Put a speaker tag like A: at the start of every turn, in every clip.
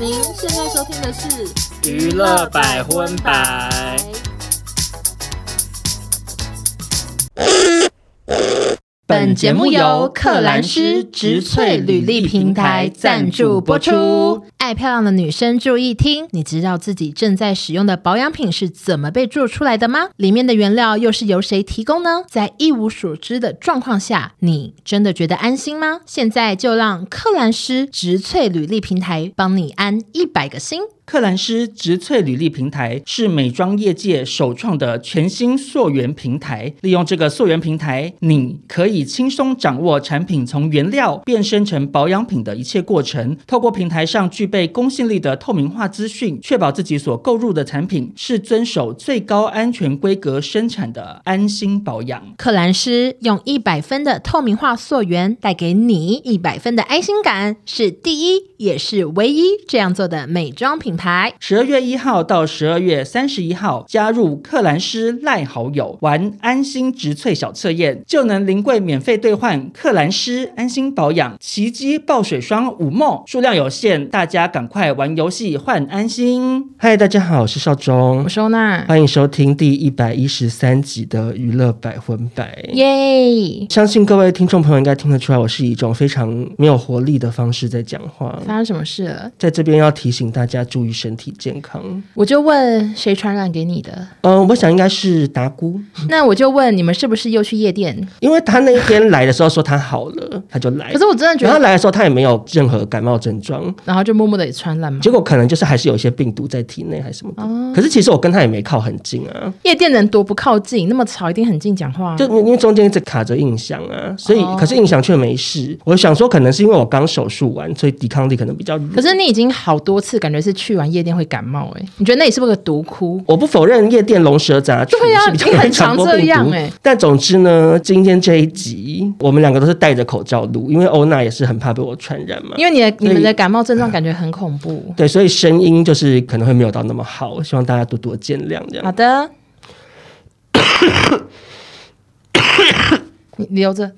A: 您现在收听的是《
B: 娱乐百分百》。
C: 本节目由克兰斯植萃履历平台赞助播出。
A: 爱漂亮的女生注意听，你知道自己正在使用的保养品是怎么被做出来的吗？里面的原料又是由谁提供呢？在一无所知的状况下，你真的觉得安心吗？现在就让克兰斯植萃履历平台帮你安一百个心。
B: 克兰斯植萃履历平台是美妆业界首创的全新溯源平台。利用这个溯源平台，你可以轻松掌握产品从原料变身成保养品的一切过程。透过平台上具备公信力的透明化资讯，确保自己所购入的产品是遵守最高安全规格生产的安心保养。
A: 克兰斯用一百分的透明化溯源，带给你一百分的安心感，是第一也是唯一这样做的美妆品牌。
B: 十二月一号到十二月三十一号，加入克兰斯赖好友玩安心植萃小测验，就能临柜免费兑换克兰斯安心保养奇迹爆水霜五梦，数量有限，大家赶快玩游戏换安心。
D: 嗨，大家好，我是邵忠
A: 我，收纳，
D: 欢迎收听第一百一十三集的娱乐百分百。
A: 耶！
D: 相信各位听众朋友应该听得出来，我是以一种非常没有活力的方式在讲话。
A: 发生什么事了？
D: 在这边要提醒大家注意身体健康。
A: 我就问谁传染给你 的？
D: 嗯，我想应该是达姑，
A: 那我就问你们是不是又去夜店？
D: 因为他那一天来的时候说他好了， 他就来
A: 可。是我真的觉
D: 然后
A: 得，
D: 来的时候他也没有任何感冒症状，
A: 然后就默默的也传染嘛。
D: 结果可能就是还是有一些病毒在体内还是什么的。
A: 哦
D: 可是其实我跟他也没靠很近啊。
A: 夜店人多不靠近，那么吵，一定很近讲话。
D: 就因为中间一直卡着印象啊，所以、
A: 哦
D: 可是印象却没事。我想说，可能是因为我刚手术完，所以抵抗力可能比较弱。
A: 可是你已经好多次感觉是去完夜店会感冒、欸，哎，你觉得那里是不是个毒窟？
D: 我不否认夜店龙蛇杂群
A: 对啊
D: 是比较
A: 你很
D: 容易传播
A: 常这
D: 病
A: 样
D: 毒，
A: 欸
D: 但总之呢，今天这一集我们两个都是戴着口罩录，因为欧娜也是很怕被我传染嘛。
A: 因为你的你
D: 所
A: 们
D: 以
A: 的感冒症状感觉很恐怖。
D: 对，所以声音就是可能会没有到那么好，希望大家多多见谅。这
A: 好
D: 样，
A: 的，你留着。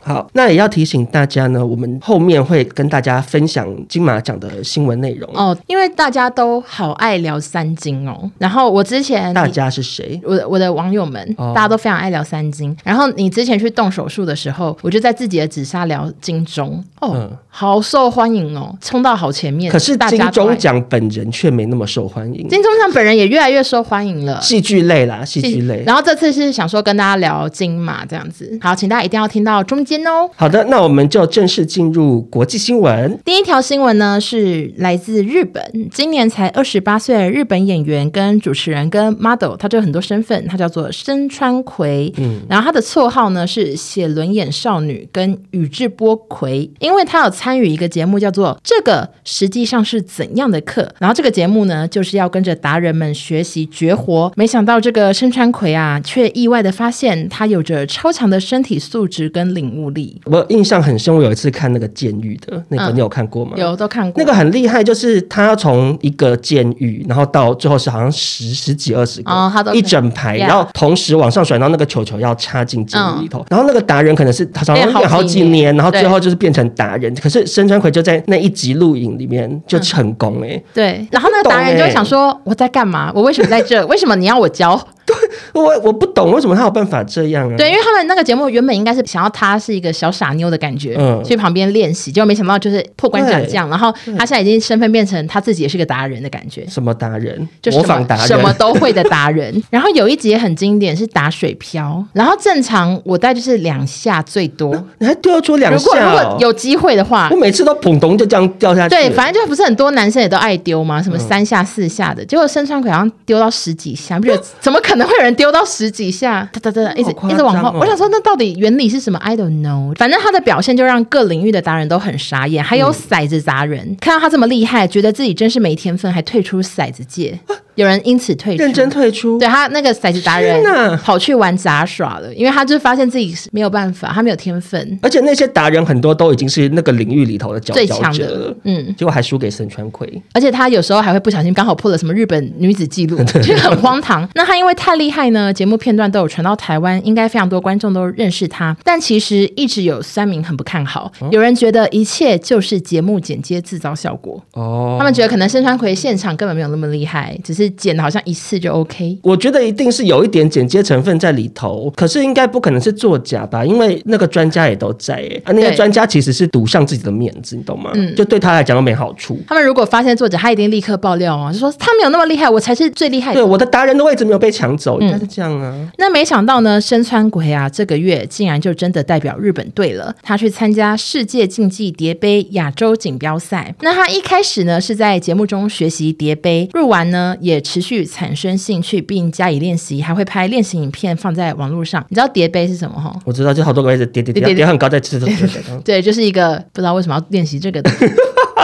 D: 好，那也要提醒大家呢，我们后面会跟大家分享金马奖的新闻内容。
A: 哦，因为大家都好爱聊三金哦。然后我之前
D: 大家是谁？
A: 我的我的网友们，
D: 哦
A: 大家都非常爱聊三金。然后你之前去动手术的时候，我就在自己的纸上聊金钟，哦，
D: 嗯
A: 好受欢迎哦，冲到好前面。
D: 可是
A: 大
D: 金
A: 家都爱
D: 钟，奖本人却没那么受欢迎。
A: 金钟奖本人也越来越受欢迎了。
D: 戏剧类啦，戏剧类。
A: 然后这次是想说跟大家聊金马这样子，好，请大家一定要听到中间哦。
D: 好的，那我们就正式进入国际新闻。
A: 第一条新闻呢是来自日本，今年才二十八岁的日本演员、跟主持人、跟 model，他就有很多身份，他叫做深川葵，嗯，然后他的绰号呢是写轮眼少女跟宇智波葵，因为他有参与一个节目叫做《这个实际上是怎样的课》，然后这个节目呢就是要跟着达人们学习绝活，没想到这个深川葵啊，却意外的发现他有着超强的身体素质跟领悟力，
D: 我印象很深，我有一次看那个监狱的那个，
A: 嗯
D: 你有看过吗？。
A: 有都看过
D: 那个很厉害，就是他要从一个监狱，然后到最后是好像十十几二十个，
A: 哦他都
D: 一整排，
A: Yeah 嗯
D: 然后同时往上甩，然后那个球球要插进监狱里头。然后那个达人可能是他常常
A: 练好
D: 练好
A: 几
D: 几
A: 年
D: 年，然后
A: 对
D: 最后就是变成达人。可是深川葵就在那一集录影里面就成功哎、
A: 对，然后那个达人就
D: 欸
A: 会想说：“我在干嘛？我为什么在 这？为什么你要我教
D: 嗯我我不懂为什么他有办法这样啊？”？
A: 对，因为他们那个节目原本应该是想要他是一个小傻妞的感觉，
D: 嗯
A: 去旁边练习，结果没想到就是破关斩将，然后他现在已经身份变成他自己也是个达人的感觉。
D: 什么达人？
A: 就
D: 模
A: 什么
D: 仿达人？
A: 什么都会的达 人，然后有一集也很经典，是打水漂。然后正常我大概就是两下最多，
D: 你还丢出两
A: 如果如
D: 下、
A: 果
D: 哦？
A: 有机会的话
D: 我，每次都砰咚就这样掉下去。
A: 对，反正就不是嗯很多男生也都爱丢嘛，什么三下四下的，结果深川葵好像丢到十几下，不 觉得怎么可能会有人丢到十几下？哒哒哒，一直、
D: 好夸
A: 一
D: 张哦
A: 直往后。我想说，那到底原理是什么？I don't know。反正他的表现就让各领域的达人都很傻眼， 还有骰子达人，看到他这么厉害，觉得自己真是没天分，还退出骰子界。有人因此退出，
D: 认真退出。
A: 对他那个骰子达人
D: 天哪
A: 跑去玩杂耍了，因为他就发现自己是没有办法，他没有天分，
D: 而且那些达人很多都已经是那个领域里头的佼
A: 最
D: 佼
A: 强
D: 者
A: 的
D: 了，，
A: 嗯，
D: 结果还输给沈川葵。
A: 而且他有时候还会不小心刚好破了什么日本女子纪录，就很荒唐。那他因为太厉害呢，节目片段都有传到台湾，应该非常多观众都认识他。但其实一直有三名很不看好，有人觉得一切就是节目剪接制造效果，
D: 哦
A: 他们觉得可能盛川葵现场根本没有那么厉害，只是剪的好像一次就 OK。
D: 我觉得一定是有一点剪接成分在里头，可是应该不可能是作假吧？因为那个专家也都在、欸，啊，那个
A: 对嗯
D: 专家其实是赌上自己的面子，你懂吗？就对他来讲都没好处。
A: 他们如果发现作者，他一定立刻爆料哦，就说他没有那么厉害，我才是最厉害的
D: 对，。我的达人的位置没有被抢
A: 嗯
D: 走，应该是这样啊。
A: 那没想到呢，身川葵啊，这个月竟然就真的代表日本队了。他去参加世界竞技蝶杯亚洲锦标赛。那他一开始呢是在节目中学习蝶杯，入完呢也持续产生兴趣，并加以练习，还会拍练习影片放在网络上。你知道蝶杯是什么哈？
D: 我知道，就好多个位置叠叠
A: 叠
D: 叠
A: 叠
D: 叠很高，再吃吃 吃吃。吃
A: 对，就是一个不知道为什么要练习这个的，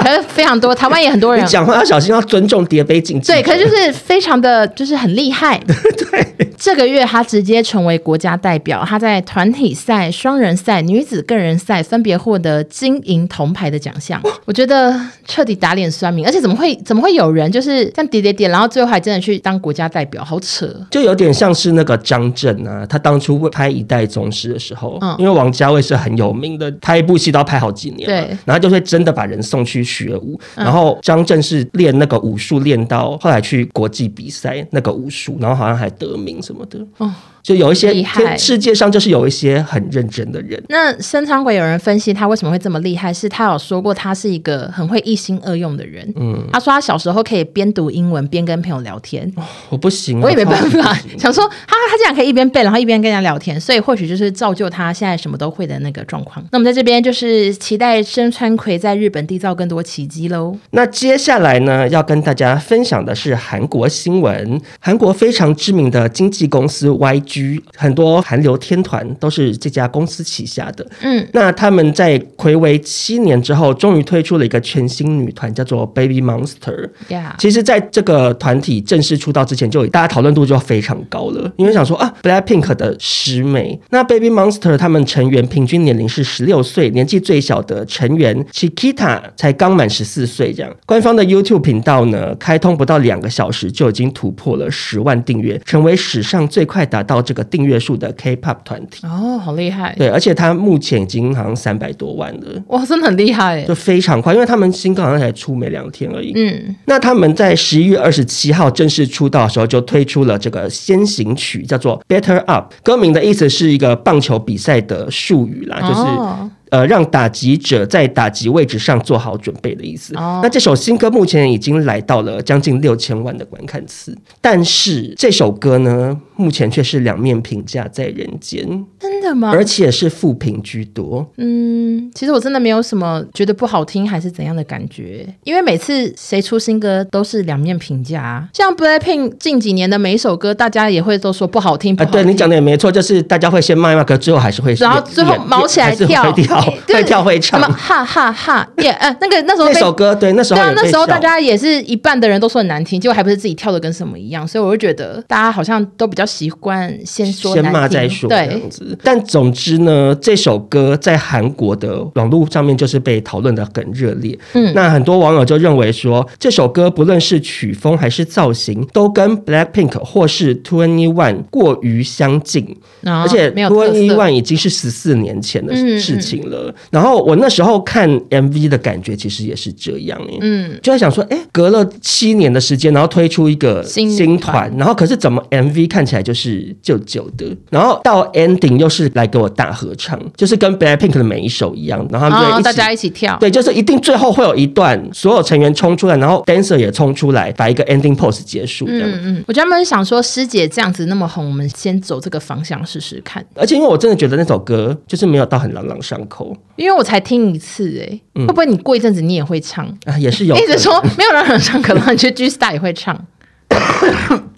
A: 可是非常多，台湾也很多人啊
D: 你。讲话要小心，要尊重叠杯竞技。
A: 对，可是就是非常的，就是很厉害。 对，这个月他直接成为国家代表，他在团体赛、双人赛、女子个人赛分别获得金银铜牌的奖项。我觉得彻底打脸酸民，而且怎么会怎么会有人就是这样点点点，然后最后还真的去当国家代表，好扯。
D: 就有点像是那个张震啊，他当初拍《一代宗师》的时候，
A: 嗯
D: 因为王家卫是很有名的，拍一部戏都要拍好几年嘛，
A: 对嗯
D: 然后就会真的把人送去学武，然后张震是练那个武术练到后来去国际比赛那个武术，然后好像还得名什么的，
A: 哦
D: 就有一些
A: 厉害
D: 天世界上就是有一些很认真的人。
A: 那深长鬼有人分析他为什么会这么厉害，是他有说过他是一个很会一心二用的人。嗯，他说他小时候可以边读英文边跟朋友聊天，
D: 我不行、啊，
A: 我也没办
D: 超
A: 法
D: 级不行，
A: 想说他他竟然可以一边背，然后一边跟人家聊天，所以或许就是造就他现在什么都会的那个状况。那我们在这边就是期待深川葵在日本缔造更多奇迹喽。
D: 那接下来呢，要跟大家分享的是韩国新闻。韩国非常知名的经纪公司 YG，很多韩流天团都是这家公司旗下的。
A: 嗯，
D: 那他们在暌违七年之后，终于推出了一个全新女团，叫做 Baby Monster。
A: 呀、
D: 其实，在这个团体正式出道之前，就大家讨论度就非常高了，因为想说啊，BLACKPINK 的师妹，那 Baby Monster 他们成员平均年龄是十六岁，年纪最小的成员 Chiquita 才刚满十四岁，这样。官方的 YouTube 频道呢，开通不到两个小时就已经突破了十万订阅，成为史上最快达到这个订阅数的 K-pop 团体。
A: 哦，好厉害，
D: 对，而且它目前已经好像三百多万了。
A: 哇，真的很厉害耶
D: 就非常快，因为他们新歌好像才出没两天而已。
A: 嗯，
D: 那他们在十一月二十七号正式出道的时候，就推出了这个先行曲，叫做《Better Up》。歌名的意思是一个棒球比赛的术语啦，就是。
A: 哦
D: 呃，让打击者在打击位置上做好准备的意思。
A: 哦
D: 那这首新歌目前已经来到了将近六千万的观看次，但是这首歌呢，目前却是两面评价在人间，
A: 真的吗？
D: 而且是负评居多。
A: 嗯，其实我真的没有什么觉得不好听还是怎样的感觉，因为每次谁出新歌都是两面评价、啊，像 BLACKPINK 近几年的每一首歌，大家也会都说不好听，不
D: 啊，
A: 好听。
D: 对你讲的也没错，就是大家会先骂一骂，可最后还是会，
A: 然后
D: 也
A: 最后
D: 也
A: 毛起来
D: 还是
A: 跳，
D: 会跳，
A: 对
D: 会跳会唱
A: 什。么哈哈哈耶！呃，那个那时候
D: 那
A: 被
D: 首歌对，那时
A: 对
D: 候
A: 啊
D: 也，
A: 那
D: 被
A: 时候
D: 笑
A: 大家也是一半的人都说很难听，结果还不是自己跳的跟什么一样，所以我就觉得大家好像都比较习惯先说
D: 先
A: 难
D: 骂
A: 听
D: 再说这
A: 对
D: 样，子。但总之呢，这首歌在韩国的网络上面就是被讨论的很热烈。
A: 嗯
D: 那很多网友就认为说，这首歌不论是曲风还是造型，都跟 Blackpink 或是 Twenty One 过于相近。
A: 然后
D: 而且
A: 啊没有特
D: Twenty
A: 色
D: One 已经是十四年前的
A: 嗯嗯
D: 事情了。然后我那时候看 MV 的感觉，其实也是这样、欸。
A: 嗯，
D: 就在想说，哎、隔了七年的时间，然后推出一个
A: 新
D: 新团，然后可是怎么 MV 看起来就是旧旧的，然后到
A: 嗯
D: ending 又是来给我大合唱，就是跟 BLACKPINK 的每一首一样，然后他
A: 然
D: 们就
A: 后
D: 一
A: 哦大
D: 起。
A: 家一起跳，
D: 对，就是一定最后会有一段所有成员冲出来，然后 dancer 也冲出来，把一个 ending pose 结束这样。
A: 嗯嗯，我觉得他们是想说师姐这样子那么红，我们先走这个方向试试看，
D: 而且因为我真的觉得那首歌就是没有到很朗朗上口
A: 因为我才听一次哎、会不会你过一阵子你也会唱？
D: 啊，也嗯是有
A: 一直
D: 可
A: 说没有人唱可能，你觉得 G Star 也 会唱。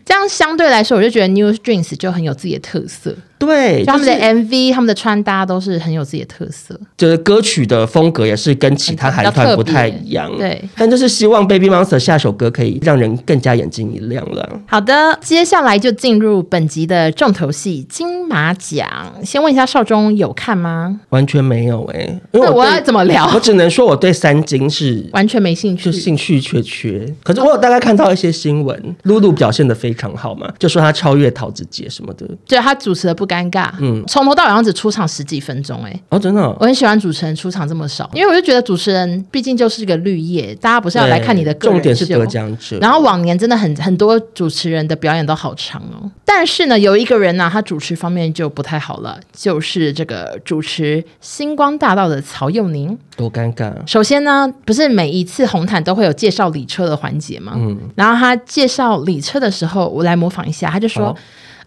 A: 这样相对来说，我就觉得 New Jeans 就很有自己的特色。
D: 对，
A: 就他们的
D: 就是
A: MV、他们的穿搭都是很有自己的特色。
D: 就是歌曲的风格也是跟其他韩团不太一样，
A: 比较特别对。
D: 但就是希望 Baby Monster 下首歌可以让人更加眼睛一亮了。
A: 好的，接下来就进入本集的重头戏——金马奖。先问一下，少中有看吗？
D: 完全没有哎、因
A: 那
D: 为我
A: 我
D: 对
A: 要怎么聊
D: 我？只能说我对三金是
A: 完全没兴趣
D: 就。兴趣缺缺。可是我有大概看到一些新闻，露露表现的非常好嘛，就说她超越桃子姐什么的。
A: 对他主持的不尴尬，嗯，从头到尾好像只出场十几分钟、欸，哎。
D: 哦，真的哦、
A: 我很喜欢主持人出场这么少，因为我就觉得主持人毕竟就是个绿叶，大家不是要来看你的
D: 对
A: 个人
D: 重点是
A: 秀
D: 得奖者，
A: 然后往年真的很很多主持人的表演都好长哦，但是呢，有一个人呢、啊他主持方面就不太好了，就是这个主持《星光大道》的曹佑宁。
D: 多尴尬。
A: 首先呢，不是每一次红毯都会有介绍礼车的环节吗？
D: 嗯
A: 然后他介绍礼车的时候，我来模仿一下，他就说：“
D: 好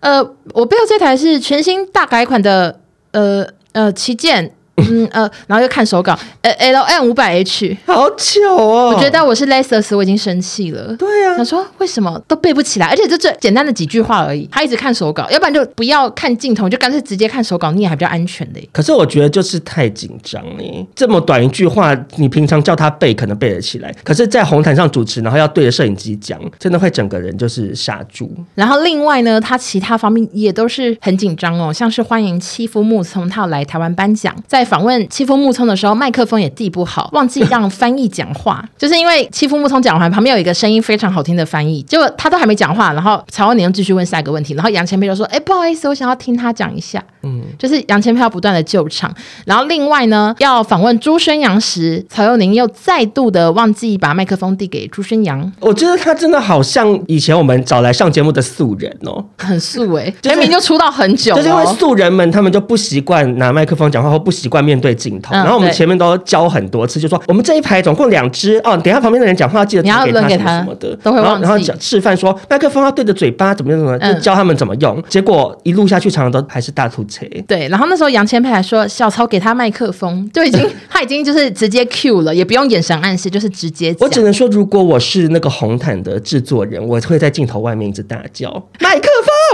A: 呃，我背后这台是全新大改款的，呃呃旗 舰，嗯呃，然后又看手稿，呃 L N 五百 H。”
D: 好糗哦！
A: 我觉得我是 Lexus，我已经生气了。
D: 对啊
A: 想说为什么都背不起来，而且就这简单的几句话而已。他一直看手稿，要不然就不要看镜头，就干脆直接看手稿，你也还比较安全的。
D: 可是我觉得就是太紧张了，这么短一句话，你平常叫他背可能背得起来，可是，在红毯上主持，然后要对着摄影机讲，真的会整个人就是傻住。
A: 然后另外呢，他其他方面也都是很紧张哦，像是欢迎欺负木聪他要来台湾颁奖，在访问欺负木聪的时候，麦克风也递不好，忘记让翻译讲话，就是因为欺负木聪讲完，旁边有一个声音非常好听的翻译，结果他都还没讲话，然后曹万年又继续问下一个问题，然后杨千霈就说：“哎，不好意思，我想要听他讲一下。”嗯，就是杨千霈要不断的救场，然后另外呢，要访问朱宣阳时，曹佑宁又再度的忘记把麦克风递给朱宣阳，
D: 我觉得他真的好像以前我们找来上节目的素人哦，
A: 很素哎、
D: 就是
A: 全明就出道很久、哦，
D: 就是因为素人们他们就不习惯拿麦克风讲话，或不习惯面对镜头。
A: 嗯
D: 然后我们
A: 对
D: 前面都教很多次，就说我们这一排总共两只哦，等一下旁边的人讲话要记得
A: 你要
D: 给
A: 轮给
D: 什么
A: 他
D: 什么的，
A: 都会
D: 然后
A: 忘记
D: 然后讲示范说麦克风要对着嘴巴怎么样怎么样，就
A: 嗯
D: 教他们怎么用。结果一路下去，常常都还是大吐槽。
A: 对，然后那时候杨千霈还说小曹给他麦克风，就已经他已经就是直接 Q 了，也不用眼神暗示，就是直接
D: 我
A: 讲。
D: 只能说，如果我是那个红毯的制作人，我会在镜头外面一直大叫麦克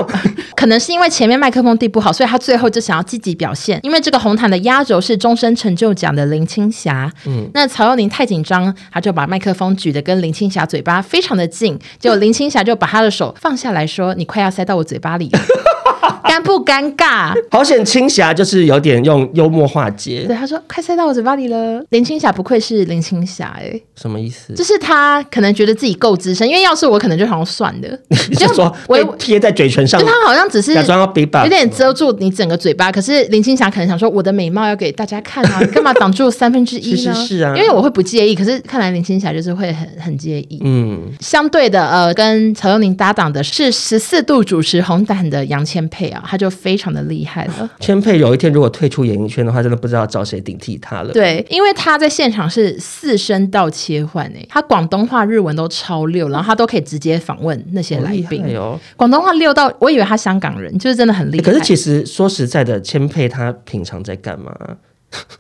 D: 风。
A: 可能是因为前面麦克风递不好，所以他最后就想要积极表现。因为这个红毯的压轴是终身成就奖的林青霞，嗯，那曹佑宁太紧张，他就把麦克风举得跟林青霞嘴巴非常的近，结果林青霞就把他的手放下来说：“你快要塞到我嘴巴 里了。”尴不尴尬？
D: 好险，青霞就是有点用幽默化解，
A: 对，他说快塞到我嘴巴里了。林青霞不愧是林青霞、欸，
D: 什么意思？
A: 就是他可能觉得自己够资深，因为要是我可能就好像算了，
D: 你是说
A: 我
D: 被贴在嘴唇上
A: 就，他好像只是
D: 假装要
A: 有
D: b i b
A: 点遮住你整个嘴巴。可是林青霞可能想说，我的美貌要给大家看啊，干嘛挡住三分之一呢？
D: 是是是啊
A: 因为我会不介意，可是看来林青霞就是会很很介意。
D: 嗯，
A: 相对的，呃，跟曹佑宁搭档的是十四度主持红毯的杨千霈啊，他就非常的厉害 了。
D: 千佩有一天如果退出演艺圈的话，真的不知道找谁顶替他了。，
A: 对，因为他在现场是四声道切换诶、他广东话、日文都超溜，然后他都可以直接访问那些
D: 好
A: 来
D: 厉
A: 宾
D: 害。哦！
A: 广东话溜到，我以为他香港人，就是真的很厉
D: 欸
A: 害。
D: 可是其实说实在的，千佩他平常在干嘛？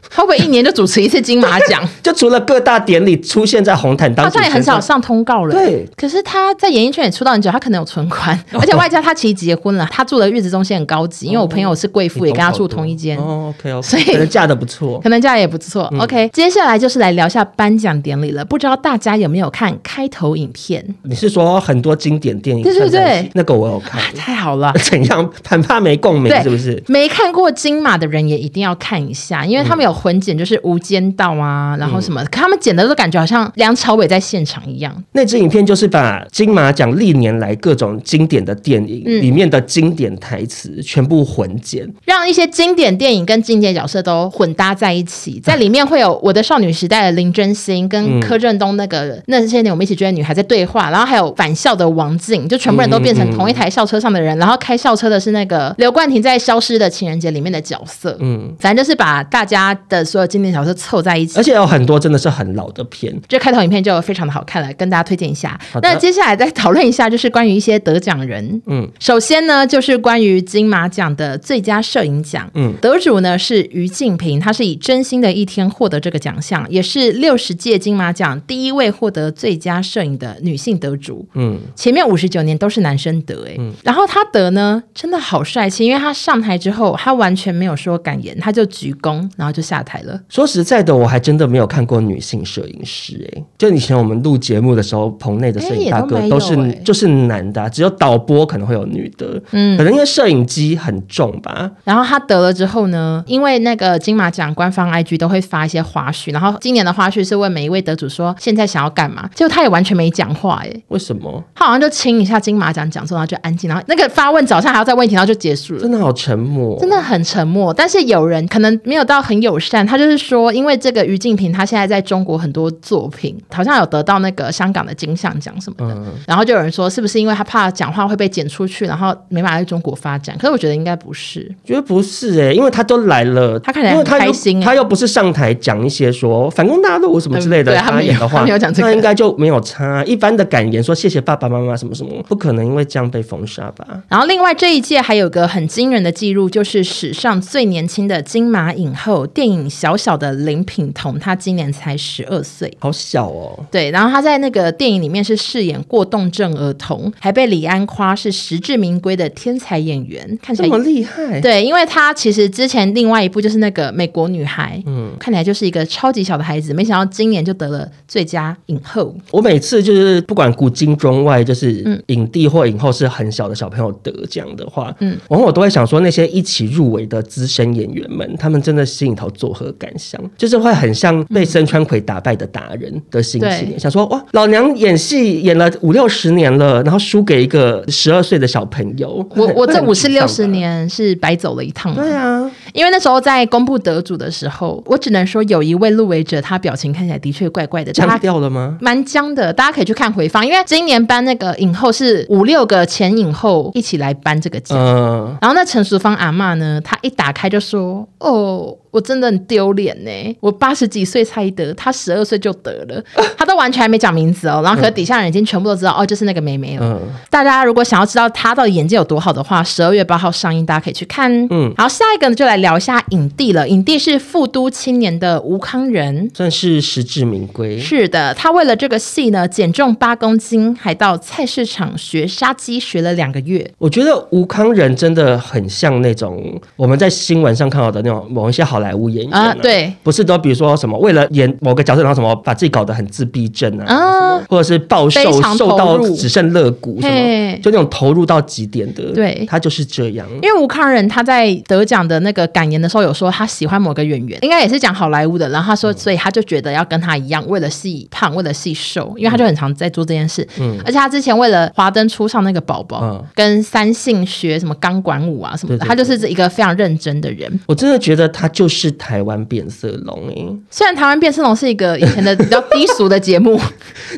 A: 他会不会一年就主持一次金马 奖？
D: 就除了各大典礼出现在红毯当
A: 好
D: 主
A: 像
D: 持人，
A: 也很少上通告了。
D: 对，
A: 可是他在演艺圈也出道很久，他可能有存 款，而且外加他其实结婚了，他住的月子中心很高级，因为我朋友是贵
D: 哦你
A: 妇，也跟他
D: 懂好
A: 住
D: 多
A: 同一间。
D: 哦，OK 嗯哦，
A: 所以
D: 可能嫁的不错。
A: 可能这样也不错。OK，接下来就是来聊一下颁奖典礼了。不知道大家有没有看开头影 片？
D: 你是说很多经典电影
A: 对对
D: 串在一起
A: 对
D: 那个我有看。
A: 太好了，
D: 怎样？很怕没共鸣，是不是？
A: 没看过金马的人也一定要看一下，因为他们有混剪，就是《无间道》啊，
D: 嗯
A: 然后什么，可他们剪的都感觉好像梁朝伟在现场一样。
D: 那支影片就是把金马奖历年来各种经典的电影、
A: 嗯
D: 里面的经典台词全部混剪，
A: 让一些经典电影跟经典角色都混搭在一起，在里面会有《我的少女时代》的林真心跟柯震东那个、那些年我们一起追的女孩在对话，然后还有返校的王静，就全部人都变成同一台校车上的人，然后开校车的是那个刘冠廷在《消失的情人节》里面的角色，嗯，反正就是把大家的所有经典小说凑在一起
D: 而。且有很多真的是很老的片，
A: 这开头影片就非常的好看了，跟大家推荐一下
D: 好。的
A: 那接下来再讨论一下，就是关于一些得奖人。
D: 嗯，
A: 首先呢，就是关于金马奖的最佳摄影奖，
D: 嗯
A: 得主呢是于静平，他是以《真心的一天》获得这个奖项，也是六十届金马奖第一位获得最佳摄影的女性得主。
D: 嗯，
A: 前面五十九年都是男生得、欸，然后他得呢，真的好帅气，因为他上台之后，他完全没有说感言，他就鞠躬，然后就下台了。
D: 说实在的，我还真的没有看过女性摄影师、欸，就以前我们录节目的时候，棚内的摄影大哥
A: 哎也都
D: 都
A: 没有
D: 是、
A: 欸
D: 就是男的啊、只有导播可能会有女的，
A: 嗯
D: 可能因为摄影机很重吧，
A: 然后他得了之后呢，因为那个金马奖官方 IG 都会发一些花絮，然后今年的花絮是问每一位得主说现在想要干嘛，结果他也完全没讲话耶，
D: 为什么？
A: 他好像就亲一下金马奖讲座，然后就安静，然后那个发问早上还要再问一题，然后就结束了
D: 真。的好沉默，哦
A: 真的很沉默，但是有人可能没有到很友善，他就是说，因为这个于静平他现在在中国很多作品，好像有得到那个香港的金像奖什么的，
D: 嗯
A: 然后就有人说是不是因为他怕讲话会被剪出去，然后没办法在中国发展？可是我觉得应该不是，
D: 觉得不是哎、因为他都来了，
A: 他看起来
D: 因为他
A: 很
D: 又
A: 开心欸
D: 他又不是上台讲一些说反攻大陆什么之类
A: 嗯
D: 的
A: 对他没有
D: 演的话，
A: 他没有讲这个
D: 那应该就没有差。一般的感言说谢谢爸爸妈妈什么什么，不可能因为这样被封杀吧？
A: 然后另外这一届还有个很惊人的记录，就是史上最年轻的金马影后电影《小小的林品彤》，她今年才十二岁。
D: 好小哦，
A: 对，然后她在那个电影里面是饰演过动症儿童，还被李安夸是实至名归的天才演员，看起
D: 这
A: 来
D: 么厉害，
A: 对，因为她其实之前另外一部就是那个美国女孩，嗯，看起来就是一个超级小的孩子，没想到今年就得了最佳影后。
D: 我每次就是不管古今中外，就是
A: 嗯
D: 影帝或影后是很小的小朋友得奖的话，嗯
A: 嗯，
D: 然后我都会想说那些一起入围的资深演员们，他们真的心里头作何感想？就是会很像被身川葵打败的达人的心情，
A: 对
D: 想说哇，老娘演戏演了五六十年了，然后输给一个十二岁的小朋友，
A: 我我这
D: 会很
A: 五十
D: 沮丧
A: 六
D: 吧
A: 十。年是白走了一趟嘛，
D: 对啊，
A: 因为那时候在公布得主的时候，我只能说有一位入围者，他表情看起来的确怪怪的，
D: 僵
A: 他
D: 掉了吗？
A: 蛮僵的。大家可以去看回放，因为今年颁那个影后是五六个前影后一起来颁这个奖。
D: 嗯，
A: 然后那陈淑芳阿嬷呢，她一打开就说：“哦，我真的很丢脸呢，我八十几岁才得，她十二岁就得了，她都完全还没讲名字哦。”然后可是底下人已经全部都知道，哦，就是那个梅梅了。
D: 嗯
A: 大家如果想要知道他到底演技有多好的话，十二月八号上映，大家可以去看。
D: 嗯
A: 嗯，然后下一个呢，就来聊一下影帝了。影帝是《复都青年》的吴康仁。
D: 算是实至名归。
A: 是的，他为了这个戏呢，减重八公斤，还到菜市场学杀鸡，学了两个月。
D: 我觉得吴康仁真的很像那种我们在新闻上看到的那种某一些好莱坞演员
A: 啊对，
D: 不是都比如说什么为了演某个角色，然后什么把自己搞得很自闭症啊，
A: 啊
D: 什么或者是暴
A: 非
D: 瘦
A: 常
D: 瘦
A: 投
D: 到
A: 入
D: 只剩肋骨什么
A: 嘿，
D: 就那种投入到极点的，
A: 对
D: 他就是这样。
A: 因为吴康仁他在得奖的那个感言的时候有说他喜欢某个演员，应该也是讲好莱坞的。然后他说，
D: 嗯
A: 所以他就觉得要跟他一样，为了戏胖，为了戏瘦，因为他就很常在做这件事。嗯，而且他之前为了《华灯初上》那个宝宝，
D: 嗯
A: 跟三性学什么钢管舞啊什么的，
D: 对对对
A: 他就是一个非常认真的人。
D: 我真的觉得他就是台湾变色龙欸诶、
A: 虽然台湾变色龙是一个以前的比较低俗的节 目，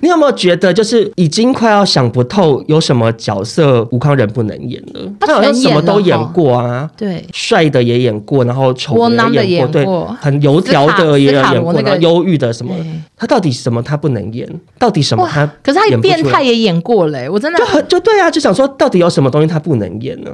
D: 你有没有觉得就是已经快要想不透有什么角色吴康仁不能演了？
A: 他
D: 他好像
A: 全
D: 什么
A: 演了
D: 都演
A: 哦
D: 过啊，
A: 对。
D: 帅的也演过，然后丑
A: 窝囊的
D: 也演过，
A: 也演
D: 对
A: 过，
D: 很油条的也有
A: 斯卡
D: 演
A: 罗
D: 过，
A: 那
D: 然
A: 个
D: 后忧郁的什么的
A: 对，
D: 他到底什么他不能演？到底什么他？
A: 可是他
D: 演不出来
A: 变态也啊演过嘞、我真的
D: 就很就对啊，就想说到底有什么东西他不能演呢？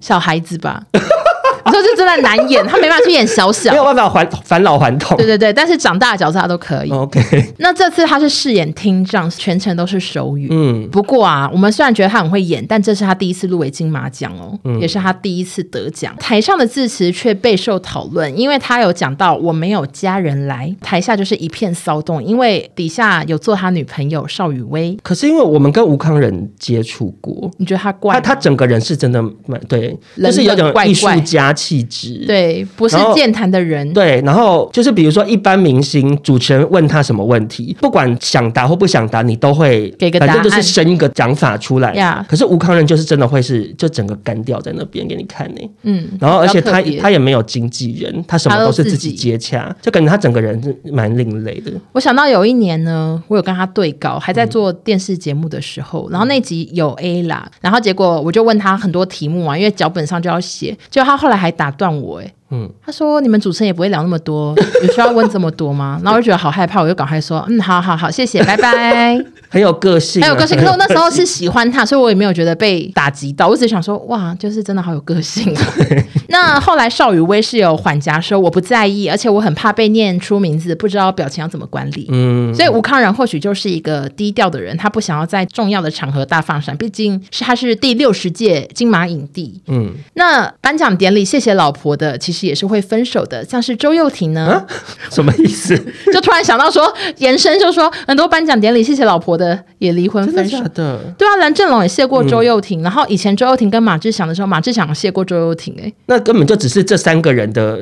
A: 小孩子吧， 你说这真的难演，他没办法去演小小
D: 没，有办法还返老还
A: 啊
D: 童
A: 对。对对，但是长大的角色他都可以。
D: OK，
A: 那这次他是饰演听障，全程都是手语。
D: 嗯，
A: 不过啊，我们虽然觉得他很会演，但这是他第一次入围金马奖哦，
D: 嗯
A: 也是他第一次得奖。台上的致辞却备受讨论，因为他有讲到我没有家人来，台下就是一片骚动，因为底下有做他女朋友邵雨薇，
D: 可是因为我们跟吴康仁接触过，
A: 你觉得他怪
D: 他
A: 吗？
D: 他整个人是真的蛮对，
A: 冷
D: 就是有
A: 冷
D: 点
A: 怪
D: 艺术
A: 怪
D: 家气质。。
A: 对，不是
D: 然后
A: 健谈的人，
D: 对，然后就是比如说一般明星，主持人问他什么问题，不管想答或不想答，你都会
A: 给个
D: 反正
A: 答
D: 就是
A: 案
D: 生一个讲法出来。
A: 呀
D: 可是吴康仁就是真的会是就整个干掉在那边给你看呢、
A: 嗯，
D: 然后而
A: 比较
D: 且他
A: 特别
D: 他也没有经纪人，他什么
A: 他都
D: 都是自
A: 自
D: 己
A: 己
D: 接洽，就感觉他整个人是蛮另类的。
A: 我想到有一年呢，我有跟他对稿，还在做电视节目的时候，然后那集有 A 啦，然后结果我就问他很多题目啊，因为脚本上就要写，结果他后来还打断我、欸，
D: 嗯，
A: 他说你们主持人也不会聊那么多，有需要问这么多吗？然后我就觉得好害怕，我就赶快说，嗯，好好好，谢谢，拜拜。
D: 很有个性、啊，
A: 很有个性。可是我那时候 是喜欢他，所以我也没有觉得被打击到，我只想说，哇，就是真的好有个性、啊。 那后来邵雨薇是有缓颊说我不在意，而且我很怕被念出名字，不知道表情要怎么管理。
D: 嗯，
A: 所以吴康然或许就是一个低调的人，他不想要在重要的场合大放闪，毕竟是他是第六十届金马影帝。
D: 嗯，
A: 那颁奖典礼谢谢老婆的，其实也是会分手的，像是周又廷呢，
D: 啊，什么意思？
A: 就突然想到说，延伸就说很多颁奖典礼谢谢老婆的也离婚
D: 真的
A: 分手
D: 假。的？
A: 对啊，蓝正龙也谢过周又廷，然后以前周又廷跟马志祥的时候，马志祥有谢过周又廷、欸，哎，
D: 那根本就只是这三个人的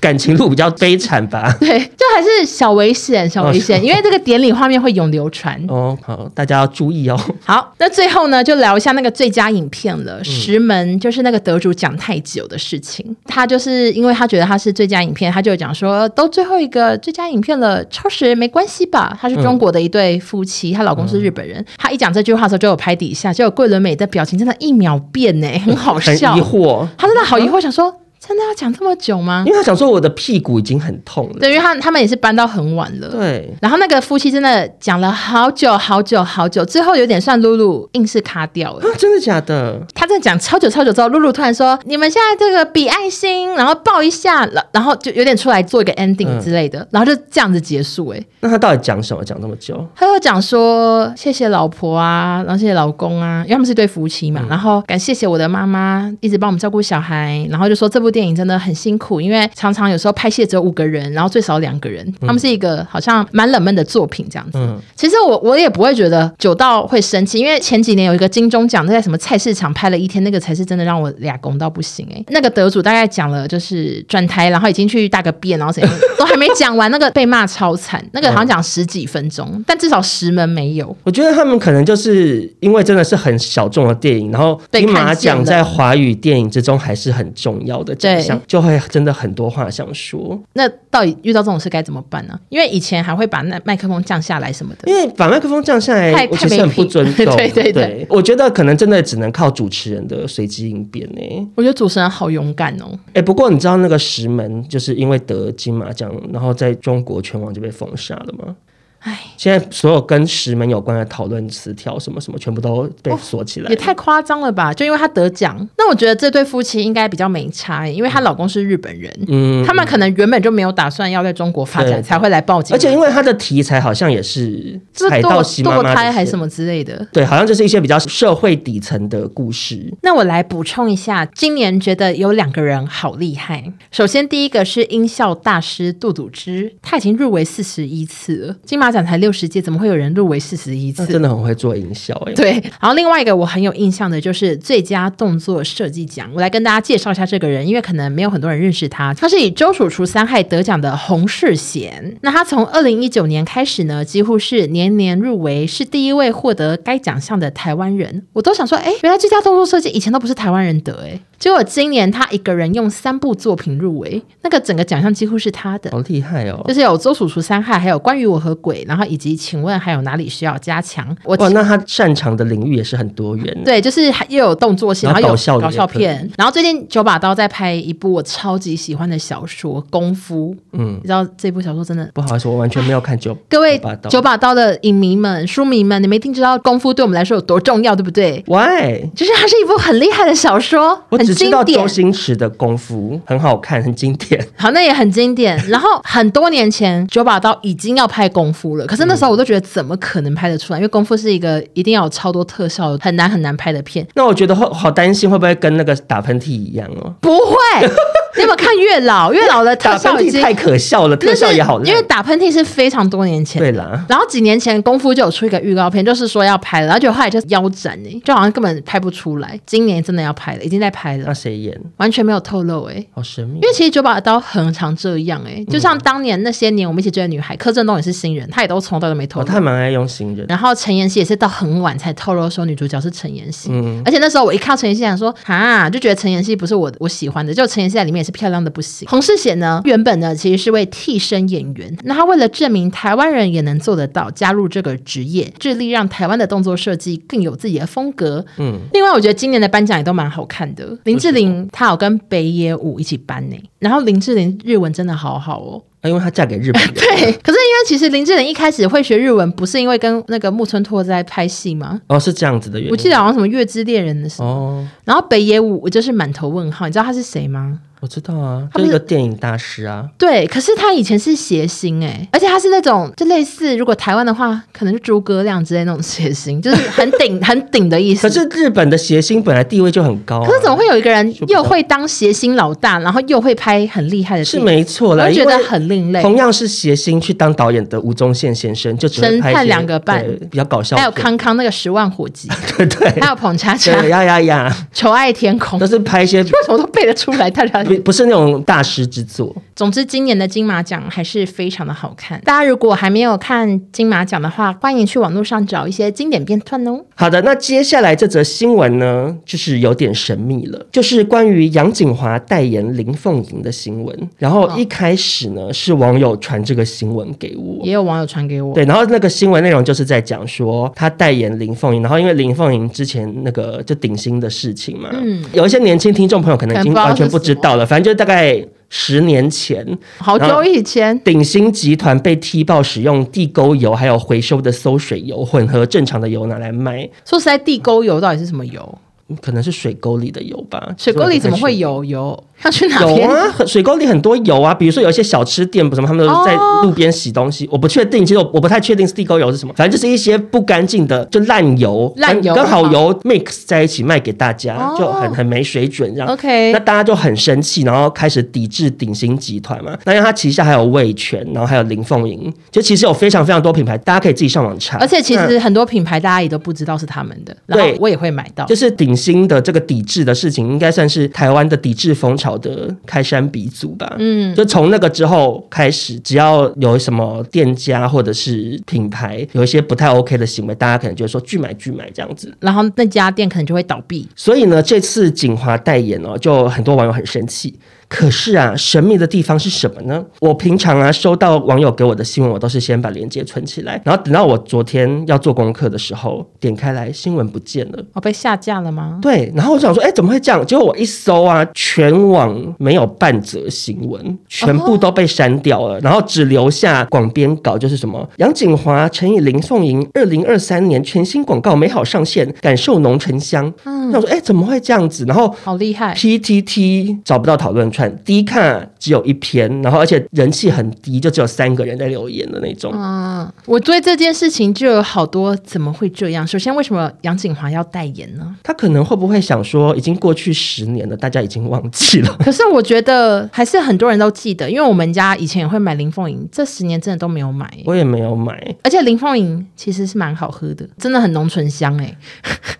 D: 感情路比较悲惨 吧？
A: 对，就还是小危险，小危
D: 哦
A: 险，因为这个典礼画面会永流传。
D: 哦，好，大家要注意哦。
A: 好，那最后呢，就聊一下那个最佳影片了。石门就是那个得主讲太久的事情，他就是因为他觉得他是最佳影片，他就讲说都最后一个最佳影片了，超时没关系吧？他是中国的一对夫妻，她、老公是日本人。他一讲这句话的时候，就有拍底下，就有桂纶镁的表情真的一秒变呢、很好
D: 很
A: 笑嗯
D: 疑。惑，
A: 他真的好疑惑，想说真的要讲这么久吗
D: 因？为他想说我的屁股已经很痛了。
A: 对，因为他他们也是搬到很晚了。
D: 对，
A: 然后那个夫妻真的讲了好久好久好久，最后有点算露露硬是卡掉了。
D: 啊，真的假的？
A: 他在讲超久超久之后，露露突然说：“你们现在这个比爱心，然后抱一下，然然后就有点出来做一个 ending
D: 嗯
A: 之类的，然后就这样子结束、欸。”哎，
D: 那他到底讲什么？讲那么久？
A: 他又讲说：“谢谢老婆啊，然后谢谢老公啊，因为他们是一对夫妻嘛，然后感谢谢我的妈妈一直帮我们照顾小孩，然后就说这部电影真的很辛苦，因为常常有时候拍戏只有五个人，然后最少两个人，他们是一个好像蛮冷门的作品这样子。
D: 嗯
A: 其实我我也不会觉得久到会生气，因为前几年有一个金钟奖在什么菜市场拍了一天，那个才是真的让我俩拱到不行哎、那个得主大概讲了就是转台，然后已经去大个便，然后怎样都还没讲完，那个被骂超惨，
D: 嗯
A: 那个好像讲十几分钟，但至少十门没有。
D: 我觉得他们可能就是因为真的是很小众的电影，然后
A: 被
D: 金马
A: 看见
D: 奖
A: 了
D: 在华语电影之中还是很重要的奖
A: 对
D: 项，就会真的很多话想说。
A: 那到底遇到这种事该怎么办呢、因为以前还会把那麦克风降下来什么的
D: 因。为把麦克风降下
A: 太
D: 来，我
A: 太
D: 其实
A: 没
D: 很不
A: 品
D: 尊
A: 对
D: 重。
A: 对对
D: 我觉得可能真的只能靠主持人的随机应变呢、欸。
A: 我觉得主持人好勇敢哦，
D: 哎、不过你知道那个石门就是因为得金马奖，然后在中国全网就被封杀了吗？
A: 哎，
D: 现在所有跟石门有关的讨论词条什么什么，全部都被锁起来、
A: 哦也太夸张了吧！就因为他得奖，那我觉得这对夫妻应该比较没差、因为她老公是日本人，
D: 嗯
A: 他们可能原本就没有打算要在中国发
D: 对
A: 展，才会来报警。
D: 而且因为它的题材好像也是
A: 这
D: 海
A: 堕
D: 盗席妈
A: 堕
D: 妈
A: 胎还是什
D: 么，
A: 么之类的。
D: 对，好像就是一些比较社会底层的故事。
A: 那我来补充一下，今年觉得有两个人好厉害。首先，第一个是音效大师杜笃之，他已经入围四十一次了，金马奖才六十届，怎么会有人入围四十一
D: 那
A: 次？
D: 真的很会做营销哎、
A: 对，然后另外一个我很有印象的就是最佳动作设计奖，我来跟大家介绍一下这个人，因为可能没有很多人认识他。他是以《周楚除三害》得奖的洪世贤。那他从二零一九年开始呢，几乎是年年入围，是第一位获得该奖项的台湾人。我都想说，哎，原来最佳动作设计以前都不是台湾人得哎。结果今年他一个人用三部作品入围，那个整个奖项几乎是他的。
D: 好厉害哦、
A: 就是有周楚除三害，还有关于我和鬼，然后以及请问还有哪里需要加强？我
D: 哇，那他擅长的领域也是很多元。
A: 对，就是还又有动作戏，
D: 嗯然
A: 然后
D: 后
A: 有
D: 搞笑的也可以
A: 片，然后最近九把刀在拍一部我超级喜欢的小说《功夫》，
D: 嗯
A: 你，知道这部小说真的。
D: 不好意思，我完全没有看九
A: 各位
D: 把刀
A: 九把刀的影迷们、书迷们，你们一定知道功夫对我们来说有多重要，对不对？
D: Why？
A: 就是它是一部很厉害的小说，
D: 我
A: 很
D: 只知
A: 经
D: 道
A: 典
D: 周。星驰的功夫很好看，很经典。
A: 好，那也很经典。然后很多年前，九把刀已经要拍功夫了，可是那时候我都觉得怎么可能拍得出来？因为功夫是一个一定要有超多特效、很难很难拍的片。
D: 那我觉得会好担心会不会跟那个打喷嚏一样哦？
A: 不 会，你有没有看月老？月老的特
D: 打喷
A: 效已
D: 嚏
A: 经
D: 太可笑了，特
A: 那
D: 效
A: 是
D: 也好
A: 因为
D: 烂。
A: 打喷嚏是非常多年前。
D: 对啦，
A: 然后几年前，功夫就有出一个预告片，就是说要拍了，然后就后来就腰斩哎、就好像根本拍不出来。今年真的要拍了，已经在拍了
D: 那，啊谁演？
A: 完全没有透露哎、
D: 好神秘
A: 因。为其实九把刀很常这样哎、就
D: 嗯
A: 像当年那些年我们一起追的女孩，柯震东也是新人，他也都从头到尾都没透
D: 哦，
A: 露。
D: 他蛮爱用行人。
A: 然后陈妍希也是到很晚才透露说女主角是陈妍希，
D: 嗯
A: 而且那时候我一看到陈妍希，想说啊，就觉得陈妍希不是我我喜欢的，就陈妍希在里面也是漂亮的不行。洪世贤呢，原本呢其实是位替身演员，那他为了证明台湾人也能做得到，加入这个职业，致力让台湾的动作设计更有自己的风格。嗯，另外我觉得今年的颁奖也都蛮好看的，林志玲她有跟北野武一起颁呢、然后林志玲日文真的好好哦。
D: 啊因为她嫁给日本 人，
A: 对，可是因为其实林志玲一开始会学日文，不是因为跟那个木村拓哉拍戏吗？
D: 哦，是这样子的原因。
A: 我记得好像什么《月之恋人》的时候，
D: 哦，
A: 然后北野武我就是满头问号，你知道他是谁吗？
D: 我知道啊，
A: 他不
D: 就
A: 是
D: 一个电影大师啊，
A: 对，可是他以前是谐星哎、而且他是那种就类似如果台湾的话，可能是诸葛亮之类那种谐星， 就是很顶很顶的意思。
D: 可是日本的谐星本来地位就很高、啊，
A: 可是怎么会有一个人
D: 就比较
A: 又会当谐星老大，然后又会拍很厉害的
D: 是
A: 电影？
D: 没错啦，
A: 我就觉得
D: 因为
A: 很另类
D: 同样是谐星去当导演的吴宗宪先生，就只会
A: 神
D: 拍一
A: 探
D: 些
A: 两个半
D: 对比较搞笑
A: 还
D: 片，
A: 有康康那个十万火急，
D: 对 对
A: 还有捧恰恰、
D: 对呀呀呀，
A: 求爱天 空，
D: 都
A: 为
D: 是拍一 些
A: 什么都背得出来？大 家
D: 不不是那种大师之作。
A: 总之，今年的金马奖还是非常的好看。大家如果还没有看金马奖的话，欢迎去网络上找一些经典片段哦。
D: 好的，那接下来这则新闻呢，就是有点神秘了，就是关于杨景华代言林凤营的新闻。然后一开始呢，是网友传这个新闻给我
A: 也。有网友传给我，
D: 对，然后那个新闻内容就是在讲说他代言林凤营，然后因为林凤营之前那个就顶新的事情嘛，嗯，有一些年轻听众朋友可能已经
A: 可能不知道
D: 完全
A: 是
D: 不知
A: 什么
D: 道了，反正就大概十年前，
A: 好
D: 然后
A: 久以前，
D: 鼎新集团被踢爆使用地沟油还有回收的馊水油混合正常的油拿来卖，
A: 说实在，地沟油到底是什么油？
D: 可能是水沟里的油吧？
A: 水沟里怎么
D: 所以
A: 会
D: 我
A: 有油？ 要去哪
D: 不太确
A: 边？
D: 定？有啊，很水沟里很多油啊，比如说有一些小吃店，什么他们都在
A: 哦
D: 路边洗东西，我不确定，其实我我不太确定是地沟油是什么，反正就是一些不干净的，就烂油、
A: 烂
D: 跟
A: 油
D: 跟好
A: 啊
D: 油 mix 在一起卖给大家，
A: 哦
D: 就很很没水准这样。
A: OK
D: 那大家就很生气，然后开始抵制鼎新集团嘛。那因为它旗下还有味全，然后还有林凤营，就其实有非常非常多品牌，大家可以自己上网查。
A: 而且其
D: 那
A: 实很多品牌大家也都不知道是他们的，然后
D: 对
A: 我也会买到
D: 就。是鼎新的这个抵制的事情，应该算是台湾的抵制风潮的开山鼻祖吧。嗯，就从那个之后开始，只要有什么店家或者是品牌有一些不太 OK 的行为，大家可能就会说拒买拒买这样子。
A: 然后那家店可能就会倒闭，
D: 所以呢，这次锦华代言哦，就很多网友很生气。可是啊，神秘的地方是什么呢？ 我平常啊收到网友给我的新闻，我都是先把链接存起来，然后等到我昨天要做功课的时候，点开来新闻不见了。
A: 哦，被下架了吗？
D: 对，然后我想说，哎，怎么会这样？结果我一搜啊，全网没有半则新闻，全部都被删掉了，然后只留下广编稿，就是什么杨景华乘以林凤营，二零二三年全新广告美好上线，感受浓醇香。嗯，我说，哎，怎么会这样子？然后
A: 好厉害！
D: PTT 找不到讨论串低看只有一篇，然后而且人气很低，就只有三个人在留言的那种。
A: 嗯，我对这件事情就有好多怎么会这样？首先，为什么杨景华要代言呢？
D: 他可能会不会想说，已经过去十年了，大家已经忘记了？
A: 可是我觉得还是很多人都记得，因为我们家以前也会买林凤营，这十年真的都没有买。
D: 我也没有买。
A: 而且林凤营其实是蛮好喝的，真的很浓醇香哎、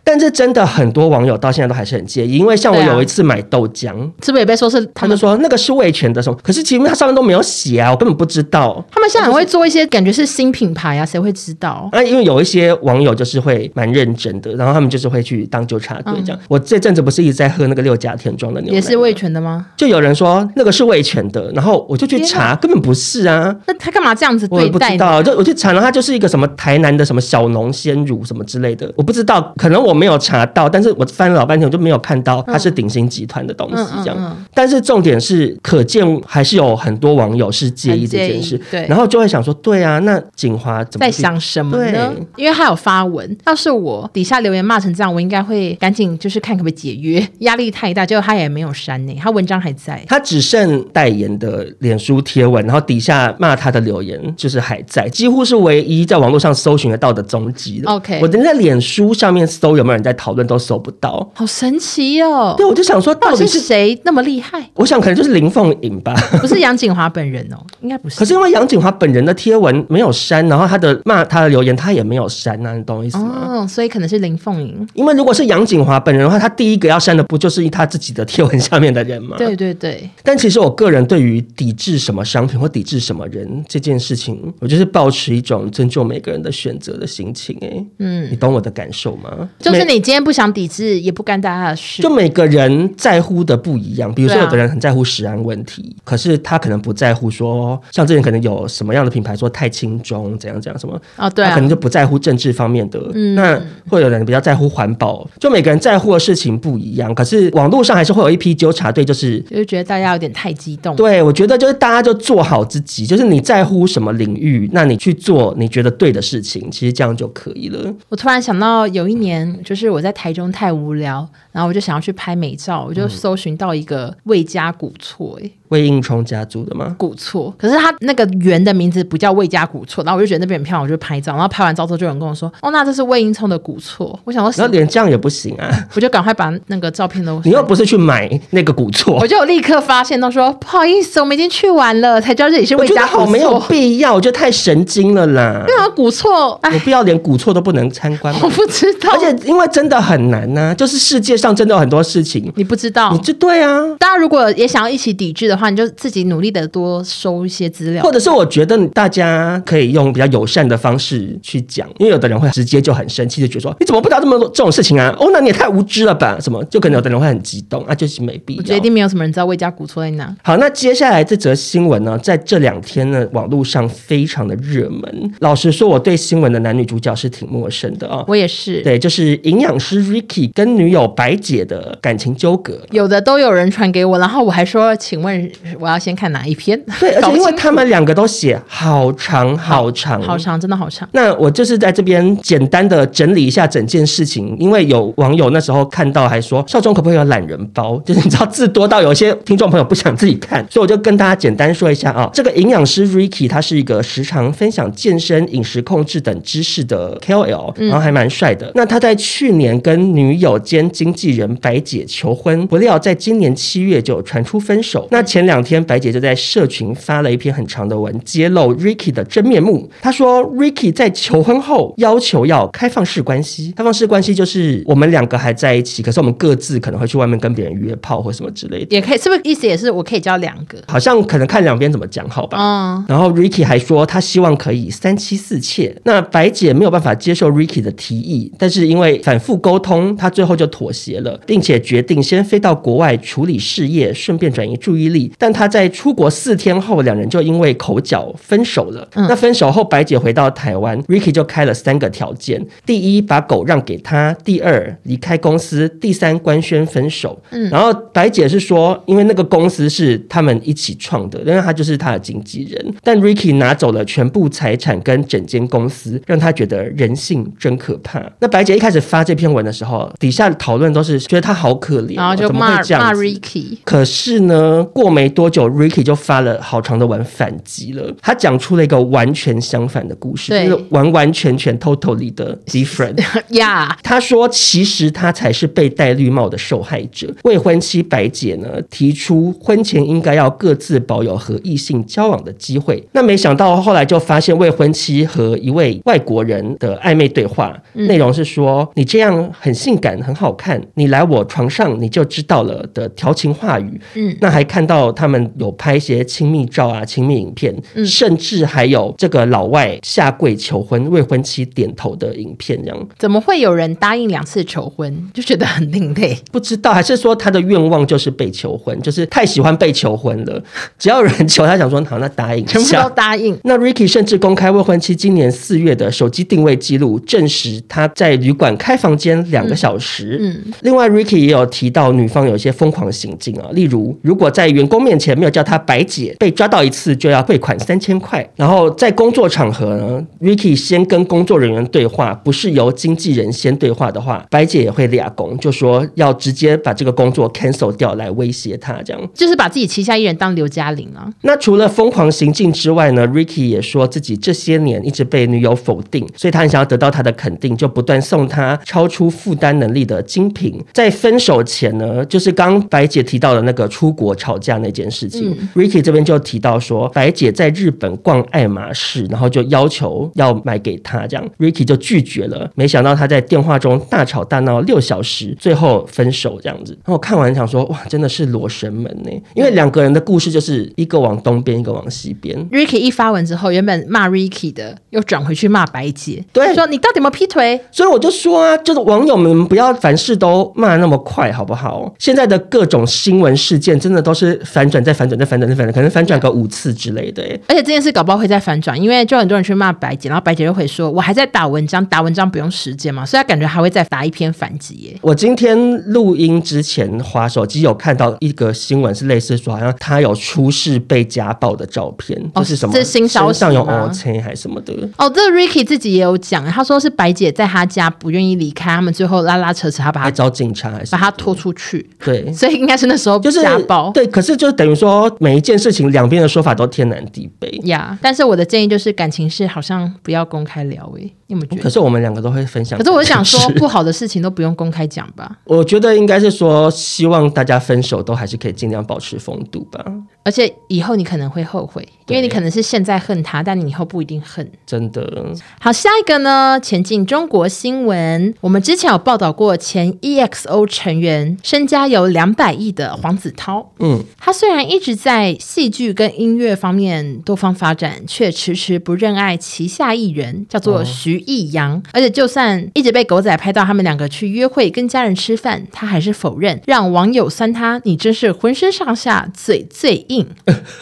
D: 但是真的很多网友到现在都还是很介意，因为像我
A: 对啊
D: 有一次买豆浆，
A: 是不是也被说是
D: 他
A: 他
D: 们
A: 们？
D: 说那个是味全的什么，可是其实它上面都没有写啊，我根本不知道。
A: 他们现在很会做一些感觉是新品牌啊，谁会知道？
D: 啊，因为有一些网友就是会蛮认真的，然后他们就是会去当纠察队这样。我这阵子不是一直在喝那个六甲田庄的牛奶吗，
A: 嗯也是味全的吗？
D: 就有人说那个是味全的，然后我就去查，根本不是啊。
A: 那他干嘛这样子
D: 我也
A: 对
D: 不
A: 待
D: 知
A: 你？啊
D: 道，就我去查了，它就是一个什么台南的什么小农鲜乳什么之类的，我不知道，可能我没有查到，但是我翻了老半天，我就没有看到它是鼎新集团的东西这样。
A: 嗯嗯嗯
D: 但是重点是，可见还是有很多网友是介意这件事
A: 很介意，对
D: 然后就会想说，对啊，那景华怎么
A: 在
D: 去
A: 想什么呢
D: 对？
A: 因为他有发文，要是我底下留言骂成这样，我应该会赶紧就是看可不可以解约，压力太大。结果他也没有删呢、他文章还在。
D: 他只剩代言的脸书贴文，然后底下骂他的留言就是还在，几乎是唯一在网络上搜寻得到的踪迹了。
A: OK
D: 我连在脸书上面搜有没有人在讨论都搜不到。
A: 好神奇哦！
D: 对，我就想说，到
A: 到
D: 底
A: 底
D: 是
A: 是谁那么厉害？
D: 我想可能就是林凤颖吧。
A: 不是杨景华本人哦，应该不是。
D: 可是因为杨景华本人的贴文没有删，然后他的骂他的留言他也没有删啊，你懂我意思吗？
A: 哦，所以可能是林凤营。
D: 因为如果是杨景华本人的话，他第一个要删的不就是他自己的贴文下面的人吗？。
A: 对对对，
D: 但其实我个人对于抵制什么商品或抵制什么人这件事情，我就是抱持一种尊重每个人的选择的心情、欸。哎，嗯，你懂我的感受吗？
A: 就是
D: 每
A: 你今天不想抵制，也不干大家的事
D: 就。每个人在乎的不一样，比如说
A: 对啊
D: 有的人很很在乎食安问题，可是他可能不在乎说，像之前可能有什么样的品牌说太轻中怎样怎样什么，
A: 哦，对
D: 他
A: 啊
D: 可，能就不在乎政治方面的。
A: 嗯
D: 那会有人比较在乎环保，就每个人在乎的事情不一样。可是网络上还是会有一批纠察队，就是
A: 就是觉得大家有点太激动。
D: 对，我觉得就是大家就做好自己，就是你在乎什么领域，那你去做你觉得对的事情，其实这样就可以了。
A: 我突然想到有一年，就是我在台中太无聊，然后我就想要去拍美照，我
D: 嗯
A: 就搜寻到一个魏家古厝、欸，
D: 为应冲家族的吗？
A: 古厝，可是它那个园的名字不叫魏家古厝，然后我就觉得那边很漂亮，我就拍照，然后拍完照之后就有人跟我说，哦，那这是魏英聪的古厝，我想说
D: 然
A: 什
D: 后连这样也不行啊！
A: 我就赶快把那个照片都
D: 你又不是去买那个古厝
A: 我，就立刻发现，都说不好意思，我们已经去完了，才知道这里是
D: 我
A: 魏
D: 觉得
A: 家
D: 好
A: 古
D: 没有
A: 厝。
D: 必要，我觉得太神经了啦！
A: 对啊，古厝，
D: 有
A: 哎，
D: 必要连古厝都不能参观
A: 我
D: 吗？
A: 不知道，
D: 而且因为真的很难呐、就是世界上真的有很多事情，
A: 你不知道
D: 你。就对啊。
A: 大家如果也想要一起抵制的话，你就自己努力的多收一些资料
D: 或。者是我觉得大家可以用比较友善的方式去讲，因为有的人会直接就很生气，就觉得说你怎么不知道这么多这种事情啊？哦，那你也太无知了吧？什么？就可能有的人会很激动啊，就是没必
A: 我觉得一
D: 要。
A: 定没有什么人知道魏家古厝在哪。
D: 好，那接下来这则新闻呢，在这两天呢，网络上非常的热门。老实说，我对新闻的男女主角是挺陌生的啊、
A: 我也是，
D: 对，就是营养师 Ricky 跟女友白姐的感情纠葛。
A: 有的都有人传给我，然后我还说，请问我要先看哪一篇？
D: 对，而
A: 搞
D: 且因为
A: 清楚
D: 他们两个都写好长好长
A: 好长，真的好长。
D: 那我就是在这边简单的整理一下整件事情，因为有网友那时候看到还说少中可不可以有懒人包，就是你知道字多到有些听众朋友不想自己看， 所以我就跟大家简单说一下啊，这个营养师 Ricky 他是一个时常分享健身、饮食控制等知识的 KOL，然后还蛮帅的。那他在去年跟女友兼经纪人白姐求婚，不料在今年七月就有传出分手。那前两天白姐就在社群发了一篇很长的文，揭露 Ricky 的真面目。她说 Ricky 在求婚后要求要开放式关系，开放式关系就是我们两个还在一起，可是我们各自可能会去外面跟别人约炮或什么之类的。
A: 也可以，是不是意思也是我可以交两个？
D: 好像可能看两边怎么讲好吧。
A: 嗯，
D: 然后 Ricky 还说他希望可以三妻四妾。那白姐没有办法接受 Ricky 的提议，但是因为反复沟通，她最后就妥协了，并且决定先飞到国外处理事业，顺便转移注意力。但她在出国四天后，两人就因为口角分手了。那分手后，白姐回到台湾，Ricky 就开了三个条件：第一，把狗让给他；第二，离开公司；第三，官宣分手。
A: 嗯
D: 然后白姐是说，因为那个公司是他们一起创的，因为他就是他的经纪人，但 Ricky 拿走了全部财产跟整间公司，让他觉得人性真可怕。那白姐一开始发这篇文的时候，底下讨论都是觉得他好可怜哦、
A: 然后就
D: 怎么会
A: 骂
D: 这样
A: 骂
D: 子
A: Ricky，
D: 可是呢，过没多久，Ricky 就发了好长的文反击了。他讲出了一个完全相反的故事，
A: 对
D: 就是完完全全 totally 的 different。
A: 呀，
D: 他说，其实他才是被戴绿帽的受害者。未婚妻白姐呢，提出婚前应该要各自保有和异性交往的机会。那没想到后来就发现，未婚妻和一位外国人的暧昧对话，内容是说：“你这样很性感，很好看，你来我床上你就知道了”的调情话语。
A: 嗯，
D: 那还看到他们有拍一些亲密照啊、亲密影片，甚至还有这个老外下跪求婚、未婚妻点头的影片，这样。
A: 怎么会有人答应两次求婚，就觉得很另类？
D: 不知道，还是说他的愿望就是被求婚，就是太喜欢被求婚了。只要有人求，他想说好，那答应一
A: 全部都
D: 下。
A: 答应，
D: 那 Ricky 甚至公开未婚妻今年四月的手机定位记录，证实他在旅馆开房间两个小时。
A: 嗯
D: 另外，Ricky 也有提到女方有一些疯狂行径啊，例如如果在员工面前没有叫他白姐，被抓到一次就要汇款三千块。然后在工作场合呢，Ricky 先跟工作人员对话，不是由经纪人先对话的话，白姐也会俩工，就说要直接把这个工作 cancel 掉来威胁他这样。
A: 就是把自己旗下艺人当刘嘉玲啊。
D: 那除了疯狂行径之外呢，Ricky 也说自己这些年一直被女友否定，所以他很想要得到她的肯定，就不断送她超出负担能力的精品。在分手前呢，就是刚刚白姐提到的那个出国吵架那件事情、r i c k y 这边就提到说，哦白姐在日本逛爱马仕，然后就要求要买给她，这样 Ricky 就拒绝了。没想到他在电话中大吵大闹六小时，最后分手这样子。然后我看完想说，哇，真的是罗生门呢、因为两个人的故事就是一个往东边，一个往西边。
A: Ricky 一发文之后，原本骂 Ricky 的，又转回去骂白姐，
D: 对
A: 说你到底有没有劈腿？
D: 所以我就说啊，就是网友们不要凡事都骂那么快，好不好？现在的各种新闻事件真的都是反转再反转再反转再反转，可能反转个五次之类的、欸。
A: 而且这件事搞不好会再反转，因为就很多人去骂白姐，然后白姐就会说：“我还在打文章，打文章不用时间嘛。”所以她感觉还会再打一篇反击耶。
D: 我今天录音之前，滑手机有看到一个新闻，是类似说好像她有出示被家暴的照片，
A: 哦
D: 就是什么
A: 这是新消息
D: 身上有
A: 吗
D: O 青还是什么的。
A: 哦，这 Ricky 自己也有讲，他说是白姐在他家不愿意离开，他们最后拉拉扯扯，他把他
D: 还找警察还是什
A: 把
D: 么
A: 他
D: 的
A: 拖出去，
D: 对，
A: 所以应该是那时候
D: 哎就是
A: 家暴。
D: 对，可是就等于说每一件事情两边的说法都天南地北。
A: 呀但是我的建议就是感情事好像不要公开聊诶、你有没有觉
D: 可
A: 得？
D: 是我们两个都会分享。
A: 嗯可是我想说，
D: 是
A: 不好的事情都不用公开讲吧。
D: 我觉得应该是说，希望大家分手都还是可以尽量保持风度吧。
A: 而且以后你可能会后悔，因为
D: 对
A: 你可能是现在恨他，但你以后不一定恨。
D: 真的，
A: 好，下一个呢？前进中国新闻，我们之前有报道过前 EXO 成员身家有两百亿的黄子韬。
D: 嗯，
A: 他虽然一直在戏剧跟音乐方面多方发展，却迟迟不认爱旗下艺人，叫
D: 哦
A: 做徐艺洋。而且就算一直被狗仔拍到他们两个去约会、跟家人吃饭，他还是否认，让网友酸他：“你真是浑身上下嘴最 硬，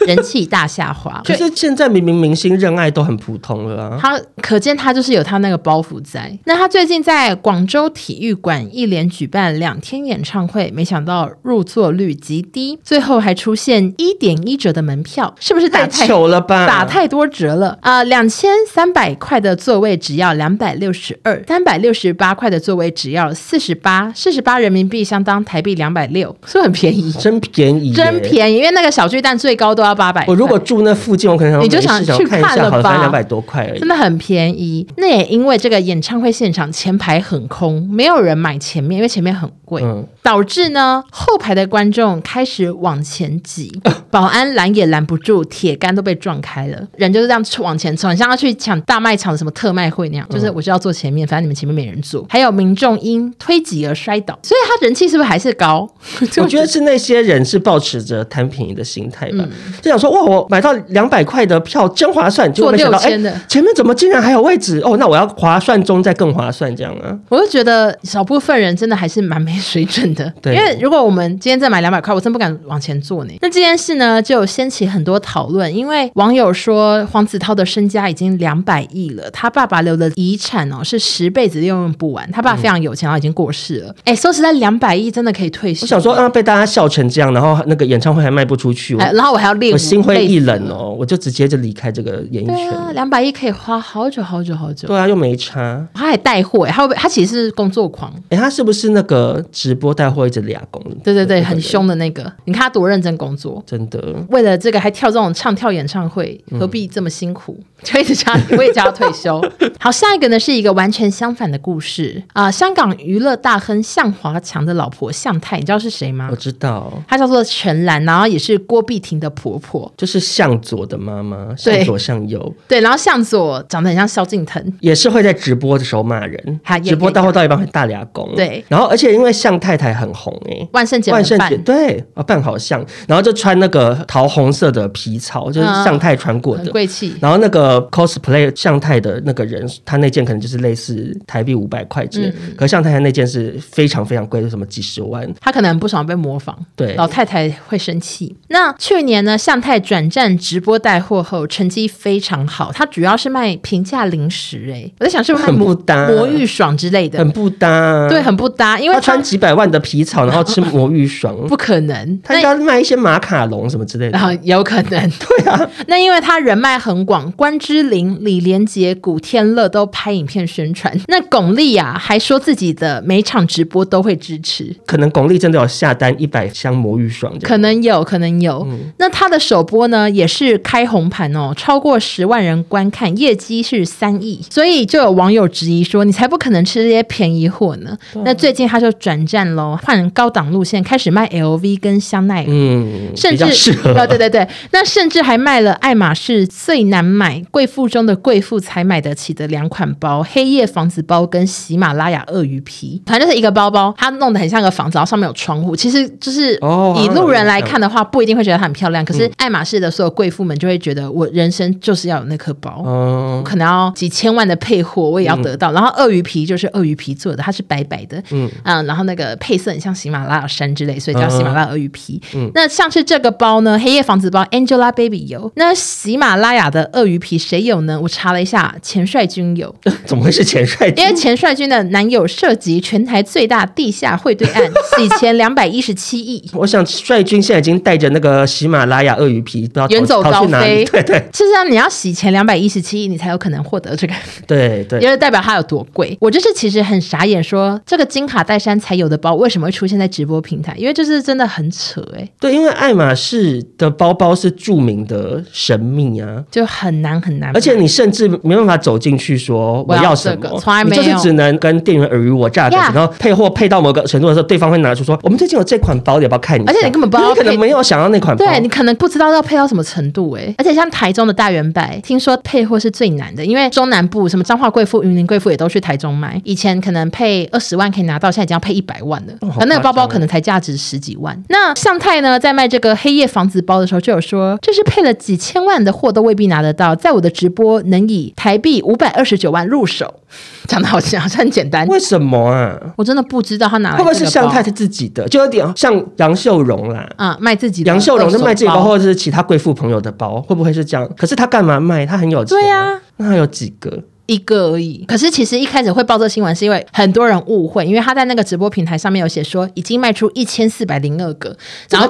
A: 人气大下滑。”
D: 可是现在明明明星认爱都很普通了啊。
A: 他可见他就是有他那个包袱在。那他最近在广州体育馆一连举办两天演唱会，没想到入座率极低，最后还出现一点一折的门票，是不是打
D: 太
A: 太
D: 糗了吧！
A: 打太多折了啊！两千三百块的座位只要两百六十二，三百六十八块的座位只要四十八，四十八人民币相当台币两百六，所以很便宜，
D: 真便宜耶，
A: 真便宜。因为那个小巨蛋最高都要八百。
D: 我如果住那附近，我可能想
A: 你就
D: 没事
A: 想
D: 想
A: 去
D: 看一
A: 看
D: 下，
A: 了
D: 好了，反正
A: 吧
D: 两百多块而已
A: 真。的很便宜。那也因为这个演唱会现场前排很空，没有人买前面，因为前面很贵，
D: 嗯
A: 导致呢后排的观众开始往前挤，保安拦也拦不住，铁杆都被撞开了，人就是这样往前冲，很像要去抢大卖场的什么特卖会那样，就是我就要坐前面，反正你们前面没人坐。还有民众因推挤而摔倒，所以他人气是不是还是高？就
D: 我觉得是那些人是抱持着贪便宜的心态
A: 嗯
D: 吧，就想说哇，我买到两百块的票真划算，结果没想到
A: 坐
D: 哎、
A: 6000的
D: 前面怎么竟然还有位置哦，那我要划算中再更划算这样啊。
A: 我就觉得少部分人真的还是蛮没水准的。
D: 对
A: 因为如果我们今天再买两百块，我真不敢往前坐呢。那这件事呢，就有掀起很多讨论，因为网友说黄子韬的身家已经两百亿了，他爸爸留的遗产哦是十辈子都用不完。他爸非常有钱，然后已经过世了。哎、说实在，两百亿真的可以退休。
D: 嗯我想说啊，被大家笑成这样，然后那个演唱会还卖不出去，我
A: 哎，然后我还要练，
D: 我呃心灰意冷
A: 累死了。
D: 哦，我就直接就离开这个演艺
A: 对
D: 圈
A: 啊，
D: 了。
A: 两百亿可以花好久好久好久。
D: 对啊，又没差。
A: 他还带货、哎他会不会？他其实是工作狂。
D: 哎、他是不是那个直播带货一直俩工？
A: 对对对，很凶的那个，你看他多认真工作。
D: 真的。
A: 为了这个还跳这种唱跳演唱会，何必这么辛苦？ 就一直叫他我也叫他退 休。好，下一个呢是一个完全相反的故事啊、香港娱乐大亨向华强的老婆向太，你知道是谁吗
D: 我？知道，
A: 她叫做陈兰，然后也是郭碧婷的婆婆。
D: 就是向左的妈妈，
A: 对
D: 向左向右，
A: 对，然后向左长得很像萧敬腾，
D: 也是会在直播的时候骂人
A: 哈，也
D: 直播到后到一半会大俩工。
A: 对
D: 然后而且因为向太太很红哎、
A: 万圣节
D: 嗯万
A: 晚
D: 圣节
A: 饭
D: 对啊，扮好像，然后就穿那个桃红色的皮草，就是
A: 嗯
D: 向太穿过
A: 很
D: 的。
A: 贵气。
D: 然后那个 cosplay 向太的那个人，他那件可能就是类似台币五百块之类，
A: 嗯
D: 可是向太太那件是非常非常贵，就什么几十万。
A: 她可能很不爽被模仿，
D: 对
A: 老太太会生气。那去年呢，向太转战直播带货后，成绩非常好。她主要是卖平价零食、欸，我在想是不是卖
D: 很不
A: 魔
D: 搭
A: 魔芋爽之类的
D: 很，不搭、啊，
A: 对，很不搭，因为
D: 他穿几百万的皮草，然后吃魔芋爽，
A: 不可能。
D: 他应
A: 那
D: 该卖一些马卡龙什么之类的
A: 然。后有可 能，对啊。 那因为他人脉很广，关之琳、李连杰、古天乐都拍影片宣传。那巩俐啊，还说自己的每场直播都会支持。
D: 可能巩俐真的有下单一百箱魔芋爽这样，
A: 可能有，可能有。那他的首播呢，也是开红盘哦，超过十万人观看，业绩是三亿，所以就有网友质疑说，你才不可能吃这些便宜货呢。那最近他就转战喽，换高档路线，开始卖 LV 跟香奈儿。
D: 嗯，
A: 甚
D: 比较
A: 至哦
D: 适合，
A: 对对对对，那甚至还卖了爱马仕最难买贵妇中的贵妇才买得起的两款包：黑夜房子包跟喜马拉雅鳄鱼皮。反正就是一个包包，它弄得很像个房子，然后上面有窗户。其实就是
D: 哦嗯
A: 以路人来看的话，不一定会觉得它很漂亮。可是爱马仕的所有贵妇们就会觉得，我人生就是要有那颗包。
D: 嗯，
A: 可能要几千万的配货，我也要得到。然后鳄鱼皮就是鳄鱼皮做的，它是白白的，嗯然后那个配色很像喜马拉雅山之类，所以叫喜马拉雅鳄鱼皮。那像是这个包呢，黑夜房子包 Angelababy 有，那喜马拉雅的鳄鱼皮谁有呢？我查了一下，钱帅军有，
D: 怎么会是钱帅？
A: 因为钱帅军的男友涉及全台最大地下汇兑案，洗钱两百一十七亿。
D: 我想帅军现在已经带着那个喜马拉雅鳄鱼皮，不知道逃
A: 远走
D: 逃
A: 高
D: 去哪里。
A: 飞，
D: 对对
A: 事实上你要洗钱两百一十七亿，你才有可能获得这个
D: 对
A: 因
D: 对，
A: 为代表它有多贵。我就是其实很傻眼说，这个金卡戴珊才有的包为什么会出现在直播平台？因为这是真的很扯哎、
D: 对，因为爱马仕的包包是著名的神秘啊。
A: 就很难很难买。
D: 而且你甚至没办法走进去说我
A: 我要
D: 什
A: 这个
D: 么，
A: 从来
D: 你
A: 没
D: 就是
A: 有
D: 只能跟店员尔虞我诈的
A: Yeah
D: 然后配货配到某个程度的时候，对方会拿出说我们最近有这款包，你要不要看一下？
A: 而且你根本不知道
D: 你可能
A: 配
D: 没有想要那款包，
A: 对你可能不知道要配到什么程度哎、而且像台中的大圆柏，听说配货是最难的，因为中南部什么彰化贵妇、云林贵妇也都去台中买，以前可能配二十万可以拿到，现在已经要配一百万了，
D: 哦好
A: 而那个包
D: 夸张
A: 包
D: 哦
A: 可能才价值十几万。那向太呢，在卖这个黑夜房子包的时候，就有说这是配了几千万的货都未必拿得到，在我的直播能以台币五百二十九万入手， 讲的好像好像很简单。
D: 为什么啊？
A: 我真的不知道他哪来
D: 会不会
A: 啊这
D: 是
A: 个
D: 像
A: 包
D: 太太自己的？就有点像杨秀荣啦。
A: 啊、卖自己的
D: 杨秀荣
A: 二
D: 就
A: 手
D: 卖自己的包，
A: 包
D: 或者是其他贵妇朋友的包，会不会是这样？可是他干嘛卖？他很有钱、
A: 对 啊，
D: 那还有几个？
A: 一个而已。可是其实一开始会报这新闻，是因为很多人误会，因为他在那个直播平台上面有写说已经卖出一千四百零二个，然后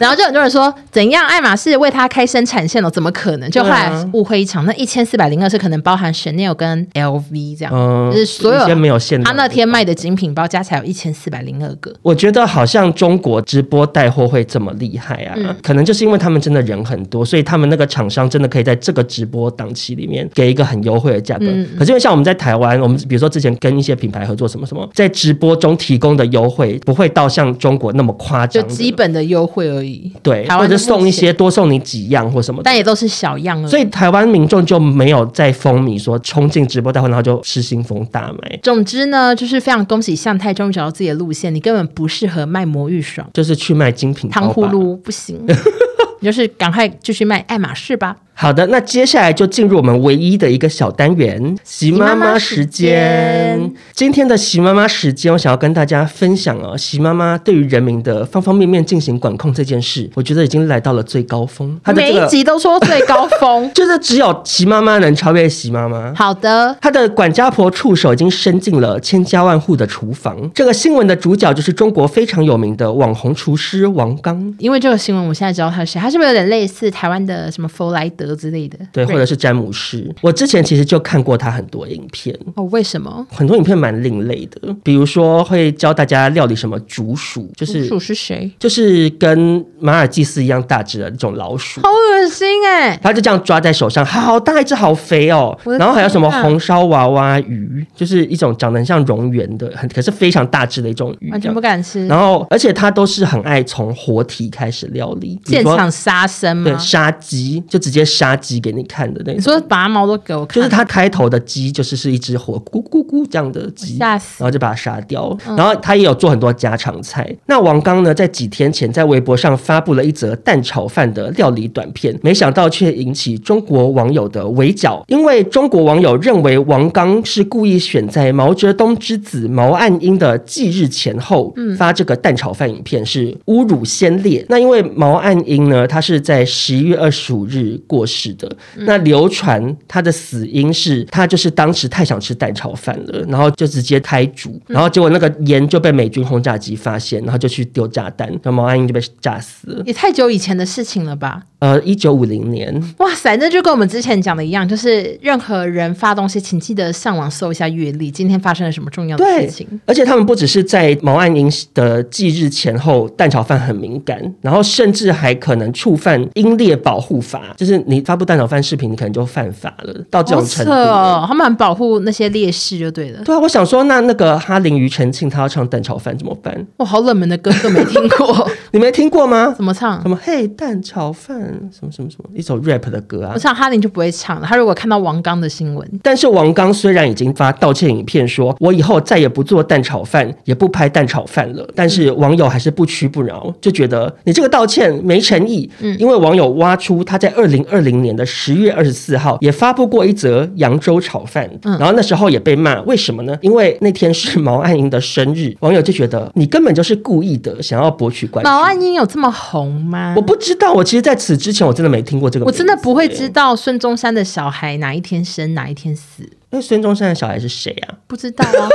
A: 然后就很多人说怎样爱马仕为他开生产线了，哦怎么可能？就后来
D: 对啊
A: 误会一场，那一千四百零二是可能包含 Chanel 跟 LV 这样，
D: 嗯，
A: 就是所有
D: 一些没有限量
A: 他
D: 的。
A: 那天卖的精品包加起来有一千四百零二个。
D: 我觉得好像中国直播带货会这么厉害啊，
A: 嗯
D: 可能就是因为他们真的人很多，所以他们那个厂商真的可以在这个直播档期里面给一个很优惠的价格。
A: 嗯
D: 可是因为像我们在台湾，我们比如说之前跟一些品牌合作什么什么，在直播中提供的优惠不会到像中国那么夸
A: 就
D: 张的，
A: 基本的优惠而已，
D: 对，
A: 台
D: 或
A: 湾
D: 者
A: 的
D: 送一些多送你几样或什么的
A: 但也都是小样而已。
D: 所以台湾民众就没有再风靡说冲进直播带货，然后就失心疯大买，
A: 总之呢，就是非常恭喜向太终于找到自己的路线，你根本不适合卖魔芋爽。
D: 就是去卖精品
A: 糖
D: 包
A: 葫
D: 吧。
A: 芦不行， 你就是赶快继续卖爱马仕吧。
D: 好的，那接下来就进入我们唯一的一个小单元——席妈妈时
A: 席妈妈
D: 间
A: 时。
D: 今天的席妈妈时间，我想要跟大家分享哦，席妈妈对于人民的方方面面进行管控这件事，我觉得已经来到了最高峰。她的
A: 每
D: 这
A: 一
D: 个
A: 集都说最高 峰。
D: 就是只有席妈妈能超越席妈妈。
A: 好的，
D: 她的管家婆触手已经伸进了千家万户的厨房。这个新闻的主角就是中国非常有名的网红厨师王刚，
A: 因为这个新闻我现在知道他是谁，他是不是有点类似台湾的什么弗莱德之类的？
D: 对，或者是詹姆士。我之前其实就看过他很多影片，
A: 哦，为什么？
D: 很多影片蛮另类的，比如说会教大家料理什么竹鼠，就是
A: 鼠是谁？
D: 就是跟马尔济斯一样大只的那种老鼠
A: 好。恶心哎、
D: 它就这样抓在手上，好大一只，好肥哦。
A: 我的
D: 然后还有什么
A: 天啊
D: 红烧娃娃鱼，就是一种长得很像蝾螈的，很可是非常大只的一种鱼，
A: 完全
D: 这样
A: 不敢吃。
D: 然后，而且他都是很爱从活体开始料理，比
A: 现
D: 如说
A: 场杀生
D: 对
A: 吗？
D: 杀鸡，就直接杀鸡给你看的那
A: 你
D: 种。
A: 说拔毛都给我看，
D: 就是他开头的鸡，就是是一只活咕咕咕这样的鸡，
A: 吓
D: 然
A: 死
D: 后就把它杀掉。然后他也有做很多家常菜。那王刚呢，在几天前在微博上发布了一则蛋炒饭的料理短片，没想到却引起中国网友的围剿，因为中国网友认为王刚是故意选在毛泽东之子毛岸英的忌日前后发这个蛋炒饭影片，是侮辱先烈。那因为毛岸英呢，他是在十一月二十五日过世的，那流传他的死因是他就是当时太想吃蛋炒饭了，然后就直接开煮，然后结果那个盐就被美军轰炸机发现，然后就去丢炸弹，然后毛岸英就被炸死了。
A: 也太久以前的事情了吧？
D: 呃，一九五零年，
A: 哇塞，那就跟我们之前讲的一样，就是任何人发东西，请记得上网搜一下阅历，今天发生了什么重要的
D: 对
A: 事情。，
D: 而且他们不只是在毛岸英的忌日前后蛋炒饭很敏感，然后甚至还可能触犯英烈保护法，就是你发布蛋炒饭视频，你可能就犯法了，到这
A: 好
D: 种程
A: 扯
D: 度了。
A: 哦，他们很保护那些烈士就对了。
D: 对啊，我想说，那那个哈林庾澄庆他要唱蛋炒饭怎么办？
A: 哇，好冷门的歌都没听过，
D: 你没听过吗？
A: 怎么唱
D: 什？么嘿蛋炒饭，什么什么什么一首 rap 的歌啊
A: 我。想哈林就不会唱了。他如果看到王刚的新闻，
D: 但是王刚虽然已经发道歉影片说，我以后再也不做蛋炒饭，也不拍蛋炒饭了，但是网友还是不屈不挠，就觉得你这个道歉没诚意。嗯，因为网友挖出他在二零二零年的十月二十四号也发布过一则扬州炒饭，
A: 嗯
D: 然后那时候也被骂，为什么呢？因为那天是毛岸英的生日，网友就觉得你根本就是故意的，想要博取关注。
A: 毛岸英有这么红吗？
D: 我不知道，我其实在此之前我真的没听过这个，
A: 我啊真的不会知。道孙中山的小孩哪一天生哪一天死，
D: 那孙中山的小孩是谁啊？
A: 不知道 啊。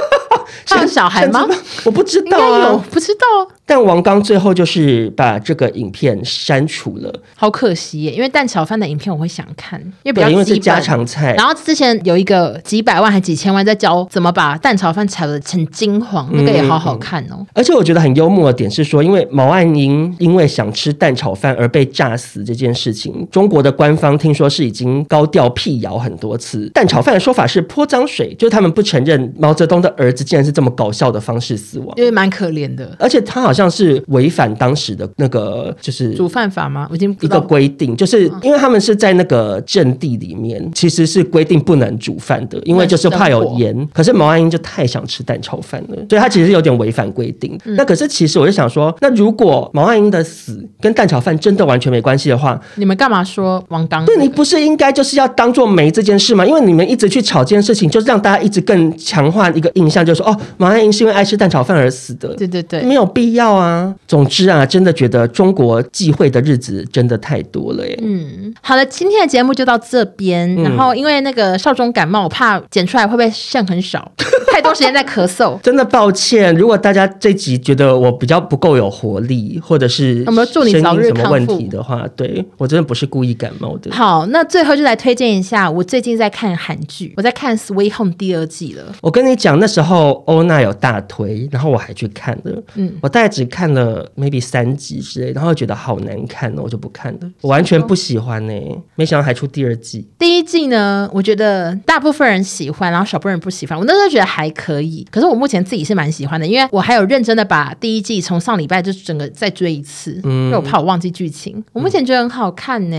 A: 他有小孩啊吗
D: 甚？至？我不知
A: 应该
D: 道
A: 有，
D: 啊。
A: 不知道，
D: 但王刚最后就是把这个影片删除了，
A: 好可惜耶。因为蛋炒饭的影片我会想看，因为比
D: 对，
A: 较
D: 因为
A: 基
D: 是
A: 本
D: 家常菜
A: 然。后之前有一个几百万还几千万在教怎么把蛋炒饭炒得很金黄，那个也好
D: 嗯
A: 好看哦。
D: 而且我觉得很幽默的点是说，因为毛岸英因为想吃蛋炒饭而被炸死这件事情，中国的官方听说是已经高调辟谣很多次。蛋炒饭的说法是泼脏水，就是他们不承认毛泽东的儿子竟然是这么搞笑的方式死亡，
A: 因为蛮可怜的。
D: 而且他好像是违反当时的那个就是
A: 煮饭法吗？我已经不
D: 一
A: 知
D: 个
A: 道。
D: 规定，就是因为他们是在那个阵地里面，其实是规定不能煮饭的，因为就是怕有盐。可是毛岸英就太想吃蛋炒饭了，所以他其实有点违反规定。那可是其实我就想说，那如果毛岸英的死跟蛋炒饭真的完全没关系的话，
A: 你们干嘛说王刚？
D: 对你不是应该就是要当做没这件事吗？因为你们一直去吵这件事情，就是让大家一直更强化一个印象，就是说哦，毛岸英是因为爱吃蛋炒饭而死的。
A: 对对对，
D: 没有必要啊。总之啊，真的觉得中国忌讳的日子真的太多了耶。
A: 嗯，好了，今天的节目就到这边。
D: 嗯
A: 然后因为那个少中感冒，我怕剪出来会不会剩很 少，太多时间在咳嗽。
D: 真的抱歉，如果大家这集觉得我比较不够有活力，或者是
A: 我们祝你
D: 声音
A: 早日
D: 什么
A: 康
D: 问
A: 复
D: 题的话，对我真的不是故意感冒的。
A: 好，那最后就来推荐一下，我最近在看韩剧，我在看《Sweet Home》第二季了。
D: 我跟你讲，那时候欧娜有大推，然后我还去看了，嗯，我大概只看了 maybe 三集之类，然后觉得好难看哦，我就不看了，我完全不喜欢呢、没想到还出第二季，
A: 第一季呢，我觉得大部分人喜欢，然后少部分人不喜欢。我那时候觉得还可以，可是我目前自己是蛮喜欢的，因为我还有认真的把第一季从上礼拜就整个再追一次，因为我怕我忘记剧情。我目前觉得很好看呢、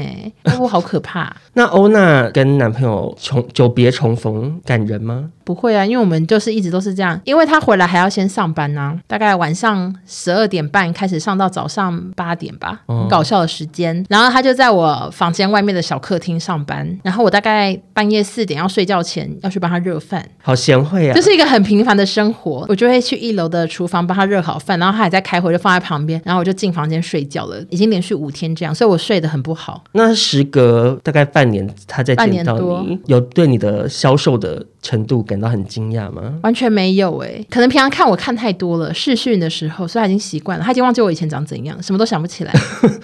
A: 我好可怕。
D: 那欧娜跟男朋友重久别重逢，感人吗？
A: 不会啊，因为我们就是一直都是这样，因为他回来还要先上班呐、大概晚上十二点半开始上到早上八点吧，很搞笑的时间。然后他就在我房间外面的小客厅上班，然后我大概半夜四点要睡觉前要去帮他热饭，
D: 好贤惠啊
A: 这！是一个很平凡的生活。我就会去一楼的厨房帮他热好饭，然后他还在开会就放在旁边，然后我就进房间睡觉了，已经连续五天这样，所以我睡得很不好。
D: 那时隔大概半年，他再
A: 半
D: 见
A: 年
D: 到你
A: 多，
D: 有对你的销售的程度感到很惊讶吗？
A: 完全没有哎、可能平常看我看太多了，视讯的时候，所以他已经习惯了，他已经忘记我以前长怎样，什么都想不起来。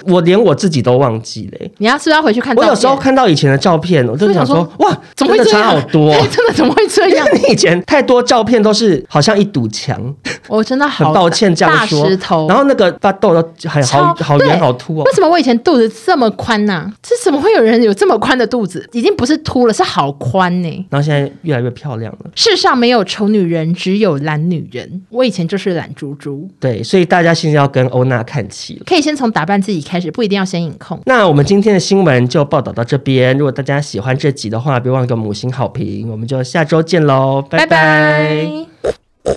D: 我连我自己都忘记嘞、
A: 你要是不是要回去看照
D: 我
A: 片？
D: 有时候看到以前的照片，我就 想说，哇，
A: 怎么会
D: 真的
A: 这样
D: 差好多、
A: 对真的怎么会这
D: 因
A: 样
D: 为？你以前太多照片都是好像一堵墙，
A: 我真的
D: 很
A: 好
D: 抱歉这样
A: 大
D: 说。
A: 石头，
D: 然后那个发痘都很
A: 超
D: 好好
A: 对
D: 圆好凸哦
A: 为。什么我以前肚子这么宽呐、这怎么会有人有这么宽的肚子？已经不是凸了，是好宽呢、
D: 然后现在越来越漂亮了，
A: 世上没有丑女人，只有懒女人。我以前就是懒猪猪，
D: 对，所以大家现在要跟欧娜看齐了。
A: 可以先从打扮自己开始，不一定要先影控。
D: 那我们今天的新闻就报道到这边。如果大家喜欢这集的话，别忘了给我们五星好评。我们就下周见喽，拜
A: 拜拜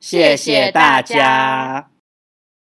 C: 谢谢大家。